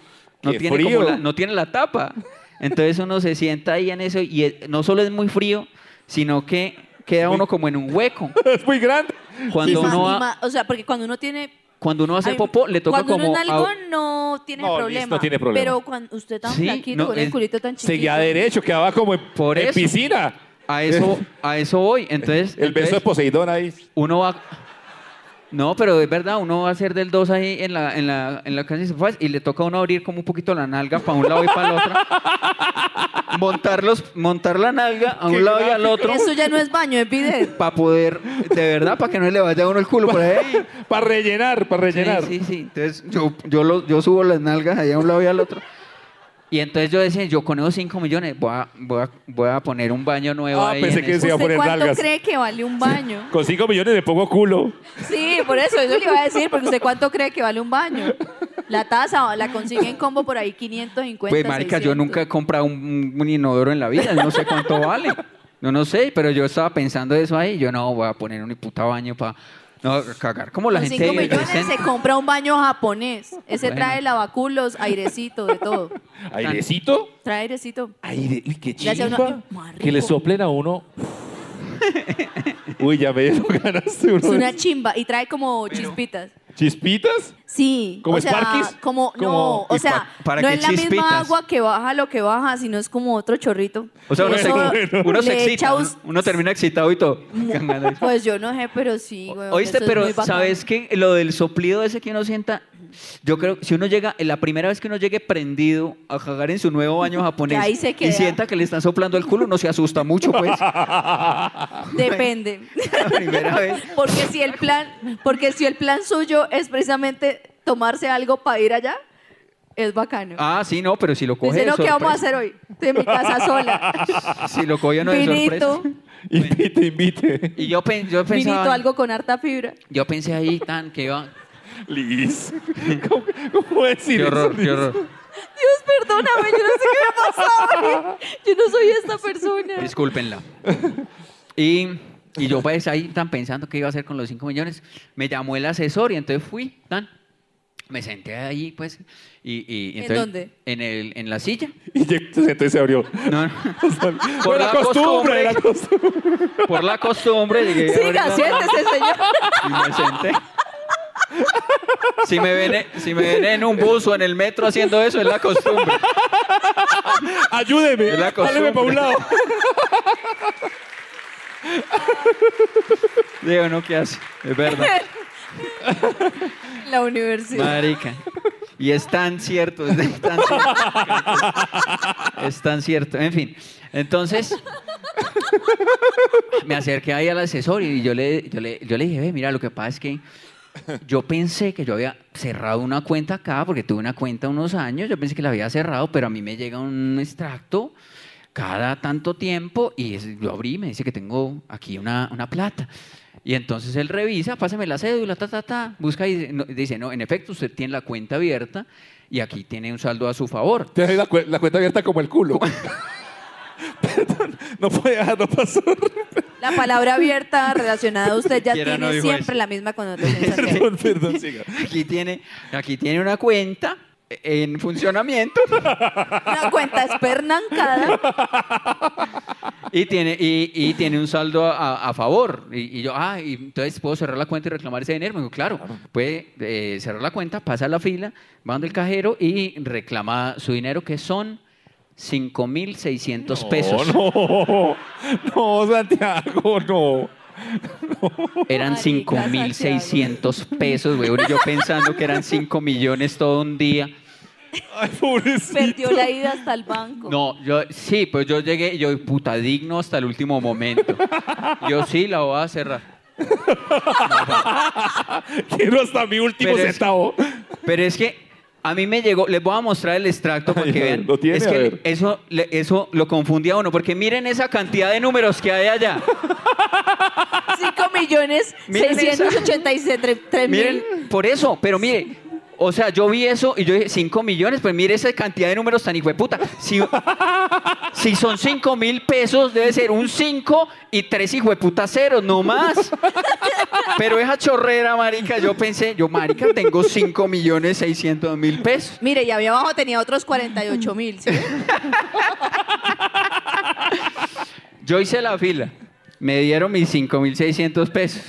C: No
A: Qué
C: tiene, como
A: frío.
C: la- no tiene la tapa. Entonces uno se sienta ahí en eso y eh, no solo es muy frío, sino que queda uno como en un hueco.
A: es muy grande.
C: Cuando
F: Y ma-
C: uno,
F: y
C: ha-
F: ma- O sea, porque cuando uno tiene...
C: cuando uno hace
F: ay,
C: popó, le toca
F: cuando
C: como...
F: uno en algo
C: a-
F: no tiene
A: No,
F: problema.
A: listo, tiene problema.
F: Pero cuando usted tan
C: Sí,
F: flaquito,
C: no,
F: con el
C: es-
F: culito tan chiquito...
A: Seguía derecho, quedaba como en,
C: Por
A: en
C: eso.
A: piscina.
C: a, eso, a eso voy. Entonces,
A: El beso de
C: entonces,
A: Poseidón ahí.
C: uno va... No, pero es verdad, uno va a hacer del 2 ahí en la, en la, en la casa de sus papás y le toca a uno abrir como un poquito la nalga para un lado y para el otro. montar, los- montar la nalga a
A: Qué
C: un lado y al otro
F: Eso ya no es baño, es bidet.
C: para poder, de verdad, para que no le vaya a uno el culo por ahí.
A: Para rellenar, para
C: Sí,
A: rellenar.
C: Sí, sí. Entonces yo, yo, lo- yo subo las nalgas allá a un lado y al otro. Y entonces yo decía, yo con esos 5 millones voy a, voy, a, voy a poner un baño nuevo
A: Ah,
C: ahí.
A: pensé
C: en
A: que
C: eso.
A: Sí, iba a
F: ¿Usted
A: poner
F: cuánto
A: nalgas.
F: cree que vale un baño?
A: Con 5 millones le pongo culo.
F: Sí, por eso, eso le iba a decir, porque usted cuánto cree que vale un baño. La taza la consigue en combo por ahí 550.
C: Pues, marica, yo
F: 600.
C: nunca he comprado un, un inodoro en la vida. No sé cuánto vale. No, no sé, pero yo estaba pensando eso ahí. Yo no, voy a poner un puta baño para... No, cagar como la
F: Con
C: gente...
F: 5 millones
C: decente.
F: se compra un baño japonés. Ese
C: Bueno.
F: trae lavaculos, airecito, de todo.
A: Airecito.
F: Trae airecito.
A: Aire. Uy, qué
F: Le hace uno-
A: chimba.
F: Uy, más
A: Que le
F: rico.
A: soplen a uno. Uy, ya me dieron ganas de
F: Es
A: uno.
F: una
A: de-
F: chimba y trae como chispitas.
A: ¿Chispitas?
F: Sí.
A: ¿Como
F: o sea,
A: Sparkies?
F: Como,
A: Como-
F: no, o
C: ¿Y
F: sea,
C: pa- para
F: no
C: qué
F: es la misma
C: chispitas?
F: agua que baja lo que baja, sino es como otro chorrito.
C: O sea, uno, se,
A: Bueno, bueno.
C: uno se
F: le
C: excita.
F: echa
C: Uno,
F: us-
C: uno termina excitado y todo.
F: Pues yo no sé, pero sí, güey.
C: Oíste,
F: eso es
C: pero
F: muy bacán.
C: ¿sabes qué? Lo del soplido ese que uno sienta, yo creo que si uno llega, la primera vez que uno llegue prendido a cagar en su nuevo baño japonés
F: ahí se queda.
C: y sienta que le están soplando el culo, uno se asusta mucho, pues.
F: Depende.
C: la primera vez.
F: Porque si el plan, porque si el plan suyo es precisamente tomarse algo para ir allá, es bacano.
C: Ah, sí, no, pero si lo coge
F: Dice,
C: de
F: no, ¿qué vamos a
C: sorpresa.
F: hacer hoy? Estoy en mi casa sola.
C: Si lo coge uno de sorpresa.
F: Vinito,
A: Invite, invite.
C: Y yo, pen- yo pensaba,
F: vinito, algo con harta fibra.
C: yo pensé ahí tan que iba...
A: Liz. ¿Cómo, cómo decir
C: Qué horror,
A: eso,
C: qué
A: Liz?
C: horror.
F: Dios, perdóname, yo no sé qué me pasó. Yo no soy esta persona.
C: Discúlpenla. Y, y yo pues ahí tan pensando qué iba a hacer con los 5 millones. Me llamó el asesor y entonces fui, tan. Me senté ahí pues. Y, y- y
F: ¿En
C: entonces-
F: dónde?
C: En, el, en la silla.
A: Y ya- entonces se abrió.
C: No, no.
A: Por la costumbre, la costumbre.
C: Por la costumbre. llegué
F: Siga,
C: ahorita
F: siéntese, señor.
C: Y me senté. Si me, ven, e- si me ven en un bus o en el metro haciendo eso, es la costumbre.
A: Ayúdeme.
C: Es la
A: Páleme para un
C: costumbre.
A: lado.
C: Digo, no, ¿qué hace? Es verdad.
F: La universidad.
C: Marica. Y es tan cierto, es de- tan cierto. Es tan cierto. En fin, entonces me acerqué ahí al asesor y yo le, yo le, yo le dije, ve, mira, lo que pasa es que yo pensé que yo había cerrado una cuenta acá, porque tuve una cuenta unos años, yo pensé que la había cerrado, pero a mí me llega un extracto cada tanto tiempo y es- yo abrí y me dice que tengo aquí una, una plata. Y entonces él revisa, pásame la cédula, ta, ta, ta, busca y dice no, dice, no, en efecto, usted tiene la cuenta abierta y aquí tiene un saldo a su favor.
A: Tiene la, cu- la cuenta abierta como el culo. Perdón, no puede dejarlo pasar.
F: La palabra abierta relacionada a usted ya
C: Quiera
F: tiene
C: no dijo
F: siempre
C: eso.
F: la misma connotación. Santiago.
A: Perdón, perdón, siga.
C: Aquí tiene, aquí tiene una cuenta en funcionamiento
F: Una cuenta espernancada.
C: Y tiene, y, y tiene un saldo a, a favor. Y, y yo, ah, y entonces puedo cerrar la cuenta y reclamar ese dinero. Me dijo, claro, puede eh, cerrar la cuenta, pasa a la fila, va donde el cajero y reclama su dinero, que son 5.600 pesos.
A: No, no, no, Santiago, no.
C: Eran
F: Marica,
C: 5.600 pesos, güey. Y yo pensando que eran 5 millones todo un día.
A: Ay, pobrecito.
F: Perdió la ida hasta el banco.
C: No, yo sí, pues yo llegué, yo puta digno hasta el último momento. Yo sí la voy a cerrar.
A: Quiero hasta mi último
C: Pero es-
A: centavo.
C: Pero es que a mí me llegó, les voy a mostrar el extracto para
A: Ay,
C: que
A: a ver,
C: vean.
A: lo tiene,
C: es
A: a
C: que
A: ver.
C: eso le- eso lo confundía a uno, porque miren esa cantidad de números que hay allá.
F: 5 millones
C: Miren
F: 683
C: Miren,
F: mil.
C: por eso, pero mire, o sea, yo vi eso y yo dije, 5 millones, pues mire esa cantidad de números tan hijo de puta. Si, si son 5 mil pesos, debe ser un 5 y 3 hijo de puta ceros, no más. Pero esa chorrera, marica, yo pensé, yo, marica, tengo 5 millones 600 mil pesos.
F: Mire, y había abajo tenía otros 48 mil. ¿sí?
C: Yo hice la fila, me dieron mis 5 mil 600 pesos.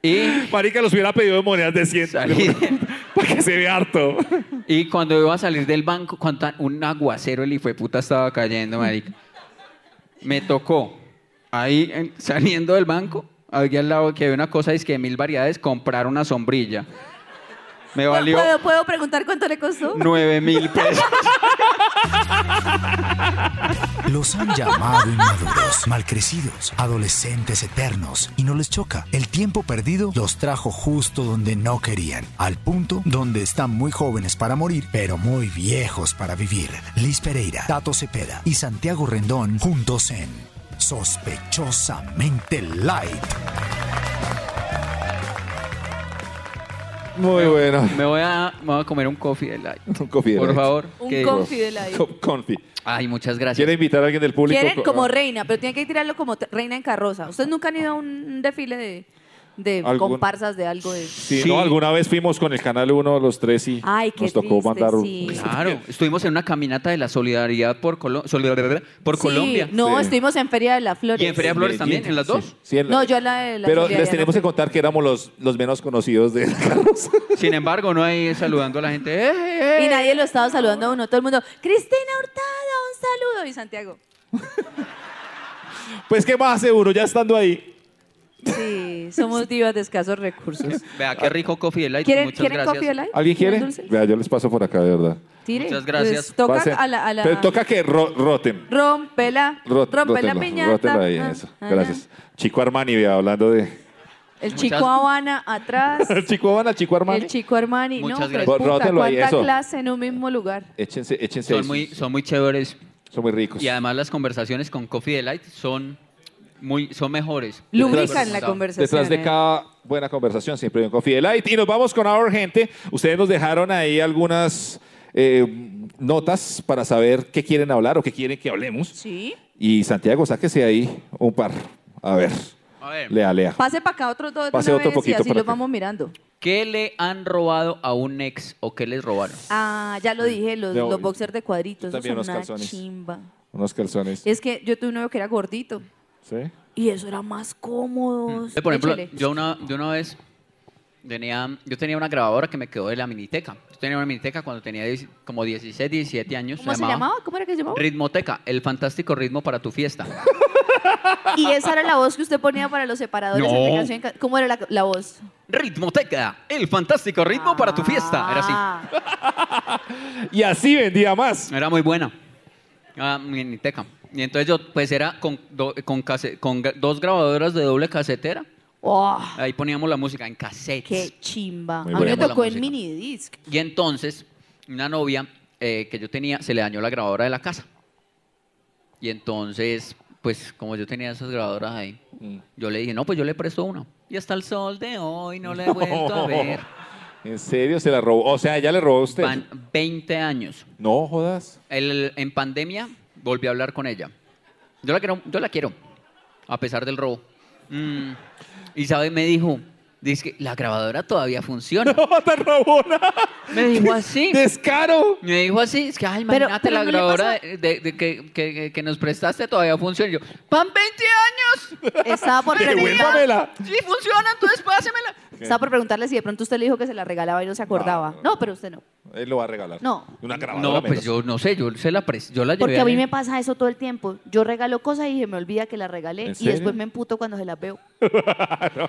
C: Y
A: Marica los hubiera pedido de monedas de 100.
C: Salí.
A: Para que se vea harto.
C: Y cuando iba a salir del banco, cuánta- un aguacero el hijo de puta estaba cayendo, marica. Me tocó. Ahí en- saliendo del banco, había al lado que había una cosa, es que mil variedades, comprar una sombrilla. Me valió
F: ¿Puedo, puedo preguntar cuánto le costó?
C: nueve mil pesos.
D: Los han llamado inmaduros, malcrecidos, adolescentes eternos y no les choca. El tiempo perdido los trajo justo donde no querían, al punto donde están muy jóvenes para morir, pero muy viejos para vivir. Liz Pereira, Tato Cepeda y Santiago Rendón juntos en Sospechosamente Light.
A: Muy bueno.
C: Me voy a, me voy a comer un coffee de light.
A: Un coffee de
C: Por
A: light.
C: favor.
F: Un
C: que-
F: coffee de la vida.
A: Co- Confi.
C: Ay, muchas
A: ¿Quiere
C: gracias.
A: invitar a alguien del público? Ah,
F: Quieren como reina, pero tienen que tirarlo como t- reina en carroza. ¿Ustedes nunca han ido a un desfile de, de
A: Algún-
F: comparsas de algo de...
A: Sí,
C: Sí.
A: no, alguna vez fuimos con el canal 1 los tres y
F: Ay, qué
A: nos tocó
F: triste,
A: mandar un.
F: sí.
C: Claro, estuvimos en una caminata de la solidaridad por, Colo- solidaridad por
F: Sí,
C: Colombia.
F: No,
A: Sí.
F: estuvimos en Feria de las Flores.
C: Y en Feria de Flores también, en las dos.
A: Sí, en la-
F: No, yo la de la
A: Pero
F: solidaridad
A: les tenemos
F: no
A: que contar que éramos los, los menos conocidos de Carlos.
C: Sin embargo, no hay saludando a la gente. "Eh, eh, eh".
F: Y nadie lo estaba saludando a uno, todo el mundo, Cristina Hurtada, un saludo. Y Santiago,
A: pues qué más seguro, ya estando ahí.
F: sí, somos divas de escasos recursos.
C: Vea,
A: Ah.
C: qué rico coffee de light.
F: ¿Quieren,
C: muchas
F: ¿quieren
C: gracias.
F: coffee de light?
A: ¿Alguien quiere?
F: ¿Dulce?
A: Vea, yo les paso por acá, de verdad.
F: Tire.
C: Muchas gracias.
F: Pues toca
A: Pase.
F: a la... A la
A: Pero toca que ro- roten.
F: Rompela,
A: Rot-
F: rompe la
A: rótenlo,
F: piñata.
A: rótenlo ahí,
F: Ah,
A: eso.
F: ah,
A: Gracias. Chico Armani, vea, hablando de.
F: El
C: Muchas-
F: chico Habana atrás.
A: Chico Habana, Chico Armani.
F: El chico Armani.
C: Muchas
F: no, hombre,
C: gracias.
F: puta,
A: Rótelo ahí,
F: cuánta
A: eso.
F: clase en un mismo lugar.
A: Échense, échense.
C: Son
A: eso.
C: muy, son muy chéveres.
A: Son muy ricos.
C: Y además las conversaciones con Coffee Delight son muy son mejores.
F: Lubrican la
C: Detrás-
F: conversación.
A: Detrás de
F: eh.
A: cada buena conversación siempre hay un coffee delight. Y nos vamos con Our Gente. Ustedes nos dejaron ahí algunas eh, notas para saber qué quieren hablar o qué quieren que hablemos.
F: Sí.
A: Y Santiago, sáquese ahí un par. A ver,
C: A ver,
A: lea, lea.
F: Pase para acá otro dos de
A: Pase
F: una
A: otro
F: vez y
A: poquito
F: así
A: para
F: los
A: acá.
F: vamos mirando.
C: ¿qué le han robado a un ex o qué les robaron?
F: Ah, ya lo dije, los,
A: Yo-
F: los boxers de cuadritos. Eso
A: también
F: son
A: unos
F: una
A: calzones.
F: chimba.
A: Unos calzones.
F: Es que yo tuve un novio que era gordito
A: ¿Sí?
F: y eso era más cómodo.
C: Eh, Por ejemplo,
F: Échale.
C: yo una, yo una vez tenía, yo tenía una grabadora que me quedó de la miniteca. Yo tenía una miniteca cuando tenía dieci- como 16, 17 años.
F: ¿Cómo se llamaba? ¿Cómo era que se llamaba?
C: Ritmoteca, el fantástico ritmo para tu fiesta.
F: Y esa era la voz que usted ponía para los separadores.
C: No.
F: entre canción y ca- ¿Cómo era la, la voz?
C: Ritmoteca, el fantástico ritmo para tu fiesta. Era así.
F: así.
A: Y así vendía más.
C: Era muy buena. Ah, miniteca. Y entonces yo, pues era con, do- con, case- con ga- dos grabadoras de doble casetera. Ahí poníamos la música en cassettes.
F: ¡Qué chimba!
A: Muy
F: A mí me
A: buena.
F: tocó
C: La
F: en
C: música.
F: minidisc.
C: Y entonces, una novia eh, que yo tenía, se le dañó la grabadora de la casa. Y entonces, pues como yo tenía esas grabadoras ahí, yo le dije, no, pues yo le presto una. Y hasta el sol de hoy no le he vuelto a ver.
A: ¿En serio se la robó? O sea, ya le robó a usted.
C: Van 20 años.
A: No jodas.
C: El- en pandemia volví a hablar con ella. Yo la quiero, yo la quiero a pesar del robo. Mm, y sabe, me dijo, Dice que la grabadora todavía funciona.
A: ¡No, tan rabona!
C: Me dijo así.
A: ¡Descaro!
C: Me dijo así, es que, ay,
F: Pero-
C: imagínate
F: pero
C: la
F: ¿no le
C: grabadora
F: pasa?
C: de, de- que, que- que nos prestaste todavía funciona. Y Yo, ¡van 20 años!
F: Estaba por, preguntar-
A: ¡Devuélvamela!
C: Sí, funciona, entonces pásemela.
F: estaba por preguntarle si de pronto usted le dijo que se la regalaba y no se acordaba. No, pero usted no.
A: Él lo va a regalar.
F: No.
A: Una grabadora.
C: No, pues
A: menos.
C: yo no sé, yo, se la, pres- yo la llevé.
F: Porque a mí
C: ahí.
F: me pasa eso todo el tiempo. Yo regalo cosas y se me olvida que las regalé
A: ¿En
F: y después
A: serio?
F: me emputo cuando se las veo.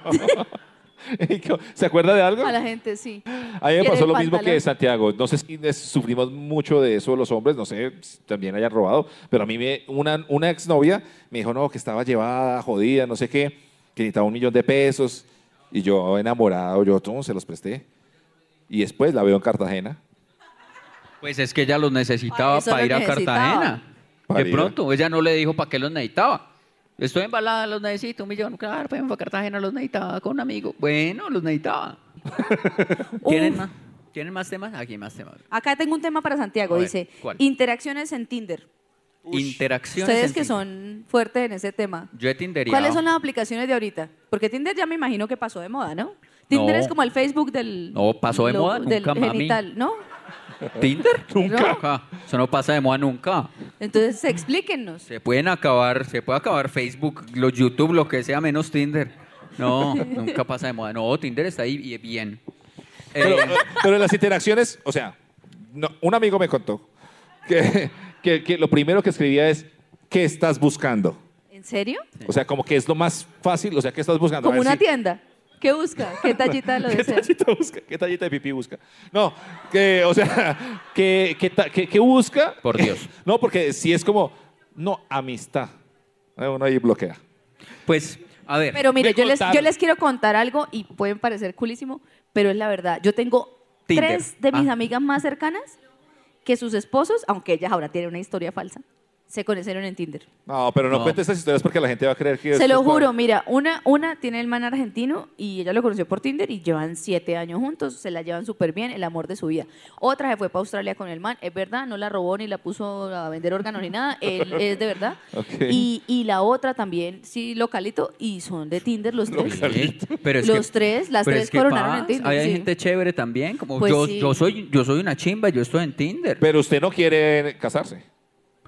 A: ¿Se acuerda de algo?
F: A la gente, sí.
A: A mí me
F: Quiere
A: pasó
F: el
A: lo mismo que
F: pantalón.
A: Santiago. No sé si les sufrimos mucho de eso los hombres, no sé, si también hayan robado, pero a mí me, una, una exnovia me dijo, no, que estaba llevada, jodida, no sé qué, que necesitaba un millón de pesos. Y yo, enamorado, yo, "Tú, se los presté. Y después la veo en Cartagena.
C: Pues es que ella los necesitaba
F: Ay, eso
C: para
F: los
C: ir a
F: necesitaba.
C: Cartagena.
A: Para
C: De
A: ir a-
C: pronto, ella no le dijo para qué los necesitaba. Estoy embalada, los necesito, un millón. Claro, pues para Cartagena los necesitaba con un amigo. Bueno, los necesitaba. ¿Tienen
F: Uf.
C: más? ¿Tienen más temas? Aquí hay más temas.
F: Acá tengo un tema para Santiago.
C: A ver,
F: Dice,
C: ¿cuál?
F: interacciones en Tinder.
C: Interacciones.
F: Ustedes
C: en
F: que
C: Tinder.
F: son fuertes en ese tema.
C: Yo he tindereado.
F: ¿Cuáles son las aplicaciones de ahorita? Porque Tinder ya me imagino que pasó de moda, ¿no? Tinder
C: No.
F: es como el Facebook del...
C: No, pasó de
F: lo-
C: moda,
F: Del
C: nunca, mami.
F: genital, ¿no?
C: ¿Tinder?
F: Nunca.
C: Eso no pasa de moda nunca.
F: Entonces, explíquenos.
C: Se pueden acabar, se puede acabar Facebook, los YouTube, lo que sea, menos Tinder. No, nunca pasa de moda. No, Tinder está ahí y bien. Eh,
A: Pero, pero las interacciones, o sea, no, un amigo me contó que, que- que lo primero que escribía es, ¿qué estás buscando?
F: ¿En serio?
A: O sea, como que es lo más fácil, o sea, ¿qué estás buscando? A
F: Como
A: ver
F: una
A: si-
F: tienda. ¿Qué busca? ¿Qué tallita lo
A: ¿Qué
F: desea?
A: tallita busca? ¿Qué tallita de pipí busca? No, que, o sea, que, que, ta- que- que busca.
C: Por Dios.
A: No, porque si es como, no, amistad. Eh, Uno ahí bloquea.
C: pues, a ver.
F: Pero mire,
A: Me
F: yo les, yo
A: contaron.
F: les quiero contar algo y pueden parecer culísimo, pero es la verdad. Yo tengo
C: Tinder.
F: tres de mis
C: Ah.
F: amigas más cercanas que sus esposos, aunque ellas ahora tienen una historia falsa, se conocieron en Tinder.
A: No, pero no,
C: No.
A: cuentes esas historias porque la gente va a creer que.
F: Se
A: esto es
F: lo
A: para-
F: juro, mira, una, una tiene el man argentino y ella lo conoció por Tinder y llevan siete años juntos, se la llevan súper bien, el amor de su vida. Otra se fue para Australia con el man, es verdad, no la robó ni la puso a vender órganos ni nada, él es de verdad.
A: Ok.
F: Y, y la otra también, sí, localito, y son de Tinder los tres.
C: Sí, pero es
F: los
C: que-
F: tres, las
C: pero
F: tres
C: es que
F: coronaron
C: pasa,
F: en Tinder.
C: Hay
F: sí.
C: gente chévere también, como
F: Pues
C: yo,
F: sí.
C: yo soy yo soy una chimba, yo estoy en Tinder.
A: Pero usted no quiere casarse.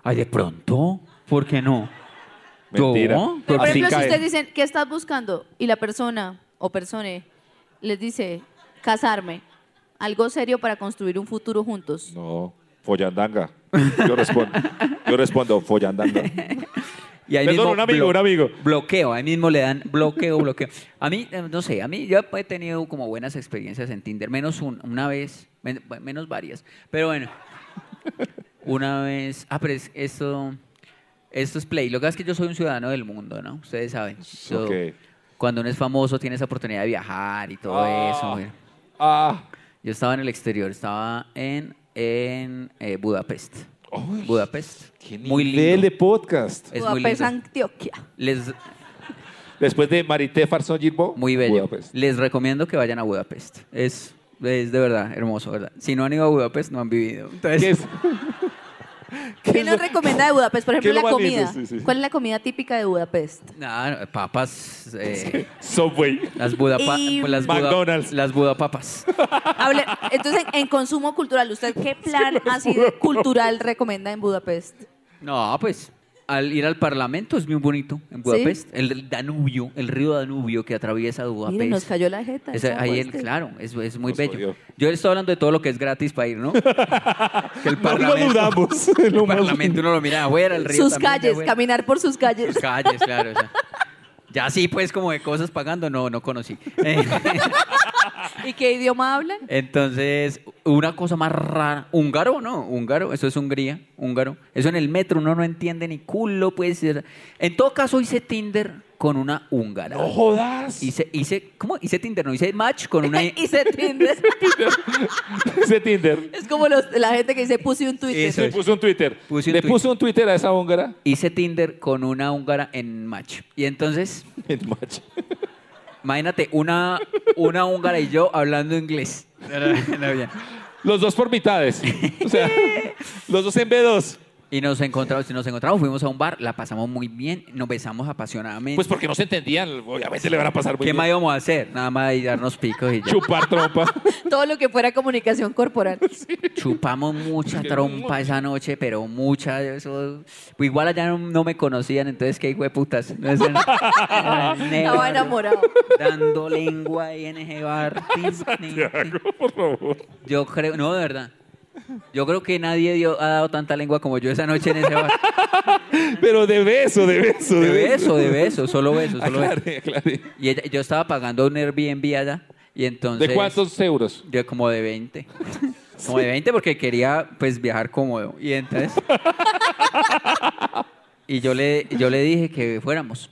C: Ay, de pronto, ¿por qué no? Yo,
A: Mentira.
F: Pero, por
A: Así
F: ejemplo, si
A: caen.
F: ustedes dicen, ¿qué estás buscando? Y la persona o persone les dice, casarme, algo serio para construir un futuro juntos.
A: No, follandanga. Yo respondo. Yo respondo, follandanga.
C: Y ahí
A: Perdón,
C: mismo
A: un amigo,
C: blo-
A: un amigo.
C: Bloqueo, ahí mismo le dan bloqueo, bloqueo. A mí, eh, no sé, a mí yo he tenido como buenas experiencias en Tinder, menos un- una vez, men- bueno, menos varias. Pero bueno, una vez. Ah, pero es- esto, esto es play. Lo que pasa es que yo soy un ciudadano del mundo, ¿no? Ustedes saben. Yo-
A: Ok.
C: Cuando uno es famoso, tiene esa oportunidad de viajar y todo
A: Ah.
C: eso. bueno.
A: Ah,
C: Yo estaba en el exterior, estaba en, en eh, Budapest.
A: Uy,
C: Budapest.
A: qué
C: Muy
A: nivel
C: lindo.
A: de podcast.
C: Es muy
F: Budapest,
C: lindo.
F: Antioquia.
C: Les,
A: Después de Marité Farson Girbo.
C: Muy bello.
A: Budapest.
C: Les recomiendo que vayan a Budapest. Es, es de verdad hermoso, ¿verdad? Si no han ido a Budapest, no han vivido. Entonces,
A: ¿Qué es?
F: ¿Qué,
A: es
F: nos
A: lo-
F: recomienda de Budapest? Por
A: ¿Qué
F: ejemplo,
A: es lo
F: la
A: más lindo?
F: comida.
A: Sí, sí.
F: ¿Cuál es la comida típica de Budapest?
C: nada, no, papas. eh,
A: Subway.
C: las Budapa,
F: Y-
C: las Buda-
A: McDonald's.
C: Las Budapapas.
F: Hable- entonces, en consumo cultural, ¿usted qué plan así de cultural recomienda en Budapest?
C: No, pues. Al ir al Parlamento es muy bonito en Budapest. El Danubio, el río Danubio que atraviesa Budapest.
F: Miren, nos cayó la jeta.
C: Es
F: eso,
C: ahí el-
F: este.
C: claro, es, es muy
A: Nos
C: bello.
A: jodió.
C: Yo estoy hablando de todo lo que es gratis para ir, ¿no? que el
A: No lo dudamos.
C: el Parlamento uno lo mira de afuera, el río
F: Sus
C: también de
F: calles,
C: afuera.
F: caminar por sus calles.
C: Sus calles, claro. o sea. Ya sí, pues como de cosas pagando, no, no conocí. Eh,
F: ¿Y qué idioma hablan?
C: Entonces, una cosa más rara. Húngaro, no, húngaro, eso es Hungría, húngaro. Eso en el metro uno no entiende ni culo, puede ser. En todo caso, hice Tinder con una húngara.
A: No jodas.
C: Hice, hice, ¿cómo? Hice Tinder, no, hice match con una.
F: y se Tinder.
A: Ese Tinder.
F: es como los- la gente que dice, puse un Twitter.
C: Eso
A: Le
C: es.
A: puso un Twitter.
C: Puse un
A: Le
C: Twitter.
A: puso un Twitter a esa húngara.
C: Hice Tinder con una húngara en match. Y entonces,
A: El macho.
C: imagínate, una, una húngara y yo hablando inglés. No, no, no, bien.
A: Los dos por mitades. O sea, los dos en B2.
C: Y nos encontramos, si nos encontramos, fuimos a un bar, la pasamos muy bien, nos besamos apasionadamente.
A: Pues porque no se entendían, obviamente le van a pasar muy
C: ¿Qué
A: bien.
C: más íbamos a hacer? Nada más y darnos picos y ya.
A: Chupar trompa.
F: Todo lo que fuera comunicación corporal.
C: Chupamos mucha trompa esa noche, pero mucha. de Eso. pues Igual allá no, no me conocían, entonces qué hijo de putas. Estaba
F: Estaba enamorado.
C: Dando lengua ahí en ese bar.
A: por favor.
C: Yo creo, no, de verdad. Yo creo que nadie dio- ha dado tanta lengua como yo esa noche en ese bar.
A: Pero de beso, de beso,
C: De beso, de beso, solo beso, solo beso.
A: Aclare, aclare.
C: Y ella- yo estaba pagando un Airbnb allá. Y entonces.
A: ¿De cuántos euros?
C: Yo como de 20. Como de 20 porque quería pues viajar cómodo. Y entonces... y yo le, yo le dije que fuéramos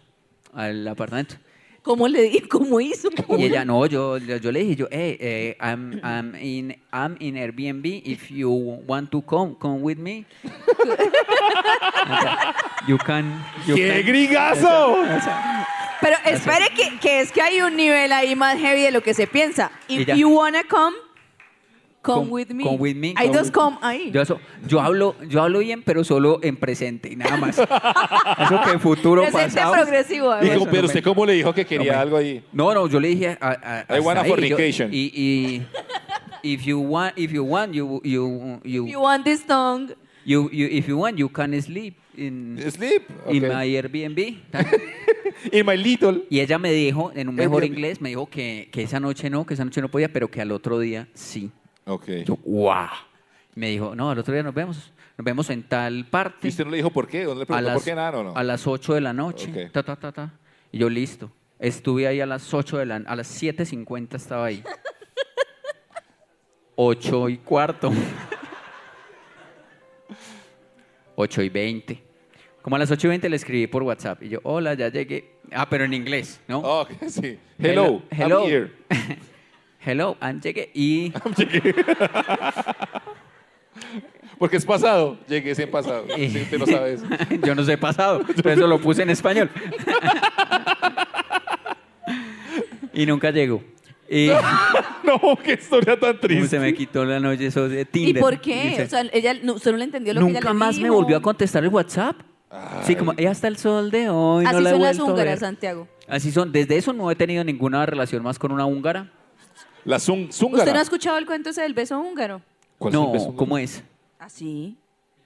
C: al apartamento.
F: ¿Cómo le di? ¿Cómo hizo?
C: Y ella, no, yo, yo le dije, yo, hey, eh, I'm, I'm in, I'm in Airbnb. If you want to come, come with me. you can... You
A: ¡Qué
C: can-
A: grigazo!
F: Pero espere que, que es que hay un nivel ahí más heavy de lo que se piensa. If
C: Ella-
F: you wanna come, come,
C: Con-
F: with me.
C: Con with me.
F: Hay
C: con-
F: dos come ahí.
C: Yo, eso- yo hablo, yo hablo bien, pero solo en presente y nada más. Eso que en futuro
F: Presente
C: pasado.
F: progresivo, a ver.
A: Digo,
C: Ah, Eso
A: pero
C: no
A: usted
C: me-
A: cómo le dijo que quería
C: no me-
A: algo ahí.
C: No, no, yo le dije a, a- hasta
A: want a
C: ahí, yo-
A: fornication.
C: y, y if you want, if you want, you you you
F: If you want this tongue,
C: you- you- if you want, you can sleep in
A: Sleep.
C: in
A: ok.
C: my Airbnb.
A: In my little.
C: Y ella me dijo, en un mejor
A: Airbnb.
C: inglés, me dijo que, que esa noche no, que esa noche no podía, pero que al otro día sí.
A: Ok.
C: Yo, guau. Me dijo, no, al otro día nos vemos. Nos vemos en tal parte.
A: ¿Y usted no le dijo por qué? ¿O ¿No le
C: a
A: preguntó
C: las,
A: por qué nada o no?
C: a las 8 de la noche.
A: Ok.
C: Ta, ta, ta, ta. Y yo, listo. Estuve ahí a las 8 de la A las 7.50 estaba ahí. 8 y cuarto. 8 y 20. Como a las 8 y 20 le escribí por WhatsApp. Y yo, hola, ya llegué. Ah, pero en inglés, ¿no?
A: Ok, sí. Hello,
C: Hello.
A: I'm here.
C: Hello, and llegué. Y,
A: Porque es pasado. Llegué sin pasado.
C: y-
A: Sí, usted lo sabe eso.
C: yo no sé pasado, pero eso lo puse en español. y nunca llegó. Y...
A: no, qué historia tan
C: Uy,
A: triste.
C: se me quitó la noche eso de
F: ¿y
C: Tinder.
F: por qué?
C: Dice,
F: O sea, ella no, usted no le entendió lo que ella
C: Nunca
F: le
C: más me
F: dijo.
C: volvió a contestar el WhatsApp. Sí, como, y hasta el sol de hoy
F: Así
C: no la he
F: son las
C: vuelto a
F: húngaras,
C: ver".
F: Santiago.
C: Así son. Desde eso no he tenido ninguna relación más con una húngara.
A: La zung-
F: ¿Usted no ha
A: zúngara.
F: escuchado el cuento ese del beso húngaro?
A: ¿Cuál es el
C: No,
A: beso?
C: ¿cómo es?
F: Así.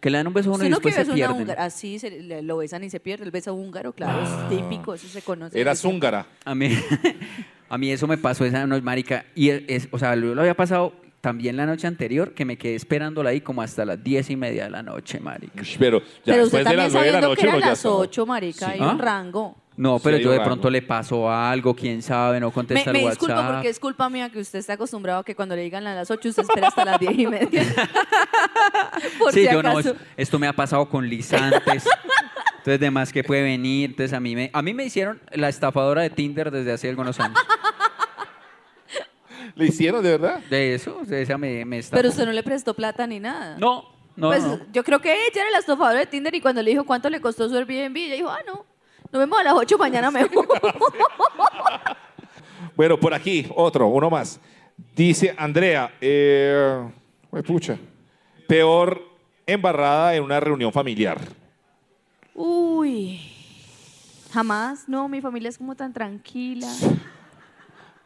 C: Que le dan un beso a uno
F: Usted
C: y
F: no que
C: después se
F: besa una
C: pierden.
F: húngara, así se le- lo besan y se pierde. El beso húngaro, claro,
C: Ah.
F: es típico, eso se conoce.
A: Era zúngara.
C: A mí, a mí eso me pasó esa noche, marica. Y es, es- o sea, yo lo había pasado también la noche anterior, que me quedé esperándola ahí como hasta las diez y media de la noche, marica.
A: Ush, Pero ya
F: Pero usted
A: después de
F: también
A: las nueve de la
F: sabiendo
A: noche
F: que era
A: uno ya
F: las
A: sabe.
F: 8, marica, hay
C: ¿Ah?
F: un rango.
C: No,
A: Sí,
C: pero
A: hay
C: yo
A: un
C: de
A: rango.
C: pronto le pasó algo, quién sabe, no
F: Me,
C: contesta
F: me
C: el WhatsApp.
F: disculpo porque es culpa mía que usted está acostumbrado a que cuando le digan a las 8 usted espera hasta las 10 y media. Por
C: sí,
F: si
C: yo no,
F: acaso.
C: es- esto me ha pasado con lisantes. Entonces, de más que puede venir. Entonces, a mí, me, a mí me hicieron la estafadora de Tinder desde hace algunos años.
A: ¿Le hicieron de verdad?
C: De eso, de esa me, me estafó.
F: Pero usted no le prestó plata ni nada.
C: No, no,
F: pues
C: no.
F: yo creo que ella era la estofadora de Tinder y cuando le dijo cuánto le costó su Airbnb, ella dijo, ah, no, nos vemos a las 8 mañana mejor.
A: Bueno, por aquí, otro, uno más. Dice Andrea, eh, güey, pucha, peor embarrada en una reunión familiar.
F: Uy, jamás, no, mi familia es como tan tranquila.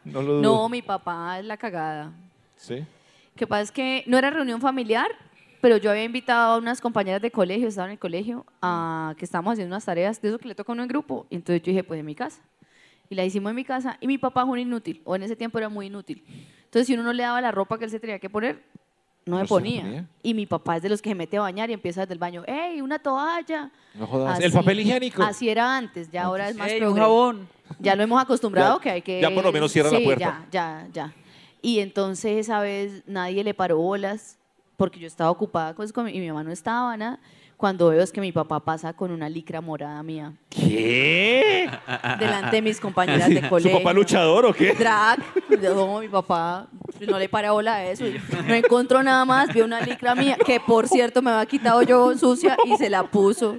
A: No lo
F: No,
A: dudo.
F: mi papá es la cagada.
A: ¿Sí?
F: que pasa es que no era reunión familiar, pero yo había invitado a unas compañeras de colegio, estaban en el colegio, a que estábamos haciendo unas tareas, de eso que le toca a uno en grupo. Y entonces yo dije, pues en mi casa. Y la hicimos en mi casa. Y mi papá es un inútil, o en ese tiempo era muy inútil. Entonces, si uno no le daba la ropa que él se tenía que poner, no me
A: No Pues, se
F: ponía.
A: ponía.
F: Y mi papá es de los que se mete a bañar y empieza desde el baño, ¡Ey, una toalla!
A: No jodas. Ah, El papel higiénico.
F: Así era antes, ya ahora es más
C: Ey, un
F: progre.
C: jabón.
F: Ya lo hemos acostumbrado
A: Ya-
F: que hay que.
A: ya por lo menos cierra la
F: Sí,
A: puerta.
F: Ya, ya, ya. Y entonces esa vez nadie le paró bolas porque yo estaba ocupada pues, con mi, y mi mamá no estaba nada. Cuando veo es que mi papá pasa con una licra morada mía
A: ¿Qué?
F: delante de mis compañeras de
A: ¿Su
F: colegio.
A: papá luchador o qué?
F: Drag, no, mi papá no le para bola a eso. y No encontró nada más, vio una licra mía, que por cierto me había quitado yo sucia y se la puso.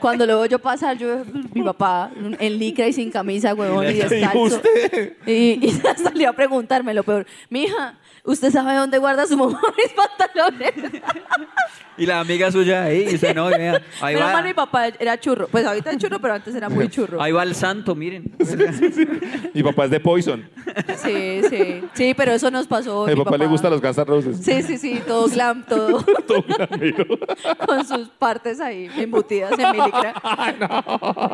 F: Cuando luego yo pasar, yo, mi papá en licra y sin camisa, huevón, y
A: ¿Qué dijo
F: descalzo.
A: usted?
F: Y, y salió a preguntarme lo peor. Mija, ¿Usted sabe dónde guarda su mamá mis pantalones?
C: Y la amiga suya ahí dice, no, vea, ahí
F: Menos mal
C: va,
F: mi papá era churro. Pues ahorita es churro, pero antes era muy churro.
C: ahí va el santo, miren.
A: Mi papá es de Poison.
F: Sí, sí. Sí, pero eso nos pasó.
A: A mi papá le gustan los Guns N' Roses.
F: Sí, sí, sí, todo glam, todo.
A: Todo un amigo.
F: con sus partes ahí embutidas en milicra.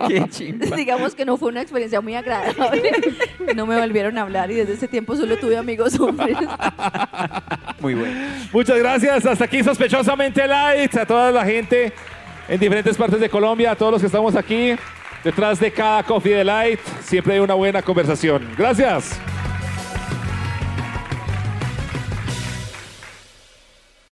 C: Qué chimba.
F: Digamos que no fue una experiencia muy agradable. No me volvieron a hablar y desde ese tiempo solo tuve amigos hombres.
C: Muy bueno.
A: Muchas gracias. Hasta aquí sospechosamente light. A toda la gente en diferentes partes de Colombia, a todos los que estamos aquí. Detrás de cada coffee de light siempre hay una buena conversación. Gracias.